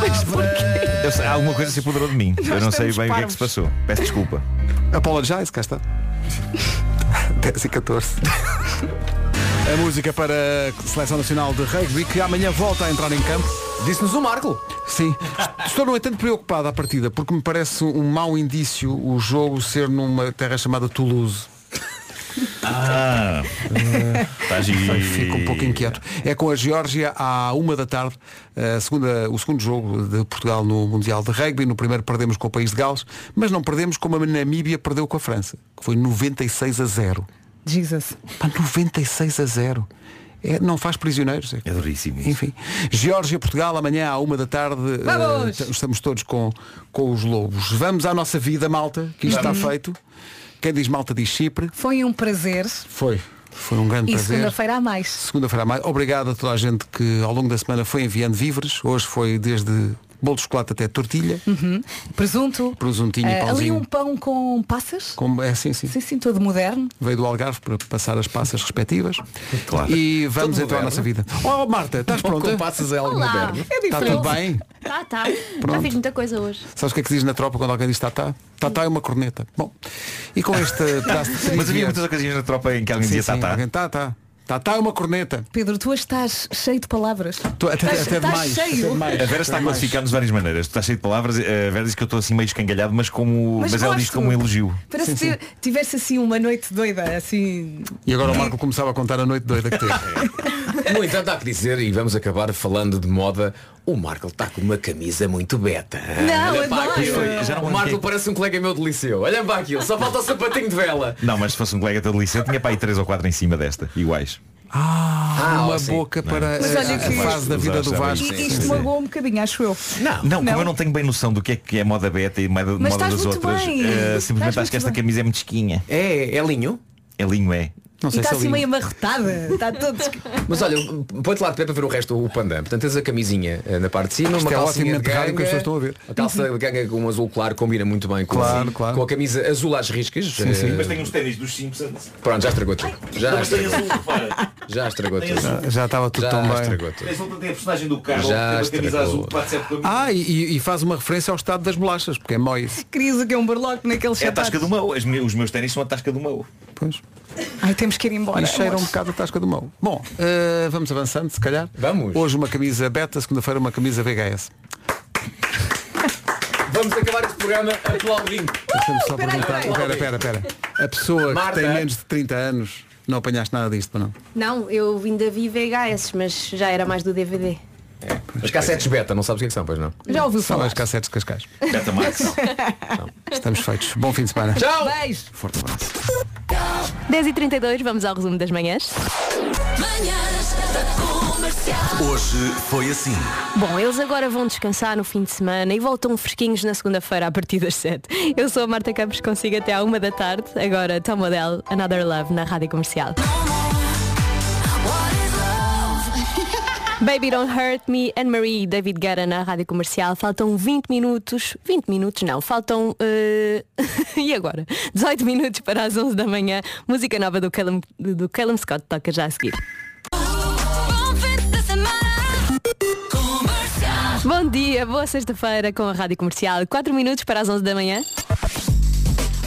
Mas porquê?
Eu sei- alguma coisa se apoderou de mim. eu não sei
estamos
bem o que é que
parvos.
se passou. Peço desculpa.
Apologize, cá está. 10 e 14. A música para a Seleção Nacional de Rugby, que amanhã volta a entrar em campo.
Disse-nos o Marco.
Sim. Estou, no entanto, preocupado à partida, porque me parece um mau indício o jogo ser numa terra chamada Toulouse.
Ah, está
Ai, Fico um pouco inquieto. É com a Geórgia à uma da tarde, a segunda, o segundo jogo de Portugal no Mundial de Rugby. No primeiro perdemos com o país de Gales, mas não perdemos como a Namíbia perdeu com a França, que foi 96 a 0.
Jesus.
Pá, 96 a 0. É, não faz prisioneiros. É.
É duríssimo isso.
Enfim. Geórgia, Portugal, amanhã à uma da tarde.
Vamos!
eh, t- estamos todos com, com os lobos. Vamos à nossa vida, malta, que isto está feito. Quem diz malta diz Chipre.
Foi um prazer.
Foi. Foi um grande
E
prazer.
segunda-feira há mais.
Segunda-feira a mais. Obrigado a toda a gente que ao longo da semana foi enviando víveres. Hoje foi desde bolo de chocolate até tortilha,
Uhum. Presunto.
presuntinho e
Eh, ali
pauzinho.
um pão com passas.
Como, é assim, sim.
Sim, sim, todo moderno.
Veio do Algarve para passar as passas respectivas.
Claro.
E vamos
Todo
então à
moderno.
é?
nossa vida. Oh Marta, estás pronta?
Passas a algo
Olá.
moderno.
É
Está tudo bem?
Tá, tá. Já
Pronto.
fiz muita coisa hoje.
Sabes o que é que se diz na tropa quando alguém diz tatá? Tatá é uma corneta. Bom, e com este pedaço de
Mas havia
trivia-
muitas ocasiões na tropa em que alguém
Sim,
dizia "Tá,
sim,
tatá.
alguém, Tatá. Tatá é uma corneta.
Pedro, tu hoje estás cheio de palavras.
Tô- até-
Estás-
até
estás
demais,
Tá cheio.
até demais.
A Vera está a
Demais.
classificar-nos de várias maneiras. Tu estás cheio de palavras. A Vera diz que eu estou assim meio escangalhado, mas como. Mas,
Mas
ela
gosto.
diz como um elogio.
Parece que tivesse assim uma noite doida, assim.
E agora o Marco começava a contar a noite doida que teve.
No entanto, há que dizer, e vamos acabar falando de moda, o Marco está com uma camisa muito beta.
Não,
Olha para
adoro.
aquilo.
Foi, já não
O
lembro
Marco
que-
parece um colega meu de liceu. Olha para aquilo, só falta o sapatinho de vela.
Não, mas se fosse um colega de liceu, tinha para aí três ou quatro em cima desta, iguais.
Ah,
Ah,
uma
sim.
boca
Não.
para
Mas
a,
olha
a
que-
fase da vida do
Usar,
Vasco.
sabe?
E
Sim,
isto
sim.
magoou um bocadinho, acho eu.
Não, como eu não tenho bem noção do que é que é moda beta e moda,
Mas
moda
estás
das
muito
outras,
bem.
eh,
Estás
simplesmente
muito
acho que esta
bem.
camisa é muito chiquinha.
É, é linho?
É linho, é.
e está assim meio amarrotada. Está todo.
Mas olha, um, põe-te lá de pé para ver o resto do pandan. Portanto, tens a camisinha eh, na parte de cima,
Isto
uma
é
calcinha de
otimamente
ganga,
raro que as pessoas estão a ver.
A calça de ganga com um azul claro combina muito bem com,
Claro,
com a camisa azul às riscas. eh,
Mas tenho uns ténis dos Simpsons.
Pronto, já estragou tudo. Já
Mas tem
estragou
azul,
tudo.
repara.
Já estragou
Tem
tudo.
azul.
Já estava tudo
Já
tão bem.
estragou tudo.
Tem a personagem do Carlos,
Já
tem uma camisa
estragou.
azul que bate sempre com a minha.
Ah, e, e faz uma referência ao estado das bolachas, porque é móis.
Querias o que é um barloco naquele
É a
sapatos.
tasca do Mau. As me- Os meus ténis são a tasca do Mau.
Pois.
Ai, temos que ir embora.
E cheira um
amores.
bocado a tasca do mão. Bom, eh, vamos avançando, se calhar. Vamos. Hoje uma camisa beta, segunda-feira uma camisa VHS.
Vamos acabar este programa aplaudindo.
Deixa-me só
Espera aí,
perguntar.
espera aí.
Espera, espera, espera. A pessoa
Marta.
que tem menos de 30 anos, não apanhaste nada disto, para não?
Não, eu ainda vi VHS, mas já era mais do DVD.
As cassetes beta, não sabes o que é que são, pois não?
Já ouviu
São
falar.
as cassetes de Cascais.
Beta Max.
Estamos feitos. Bom fim de semana.
Tchau. Beijo.
Forte abraço.
10 e 32 vamos ao resumo das manhãs.
Hoje foi assim.
Bom, eles agora vão descansar no fim de semana e voltam fresquinhos na segunda-feira a partir das 7. Eu sou a Marta Campos, consigo até à 1 da tarde. Agora, Tom Odell, Another Love, na Rádio Comercial. Baby Don't Hurt Me, Anne-Marie e David Guerra na Rádio Comercial. Faltam 20 minutos, 20 minutos não, faltam, eh, e agora? 18 minutos para as 11 da manhã. Música nova do Callum, do Callum Scott toca já a seguir. Bom dia, boa sexta-feira com a Rádio Comercial. 4 minutos para as 11 da manhã.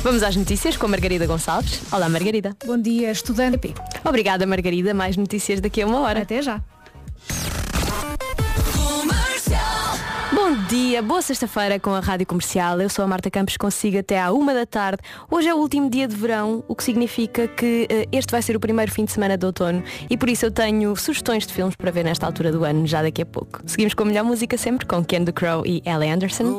Vamos às notícias com a Margarida Gonçalves. Olá, Margarida. Bom dia, estudante P. Obrigada, Margarida. Mais notícias daqui a uma hora. Até já. Bom dia, boa sexta-feira com a Rádio Comercial. Eu sou a Marta Campos, consigo até à uma da tarde. Hoje é o último dia de verão, o que significa que eh, este vai ser o primeiro fim de semana de outono e por isso eu tenho sugestões de filmes para ver nesta altura do ano, já daqui a pouco. Seguimos com a melhor música sempre com Ken The Crow e Ellie Anderson.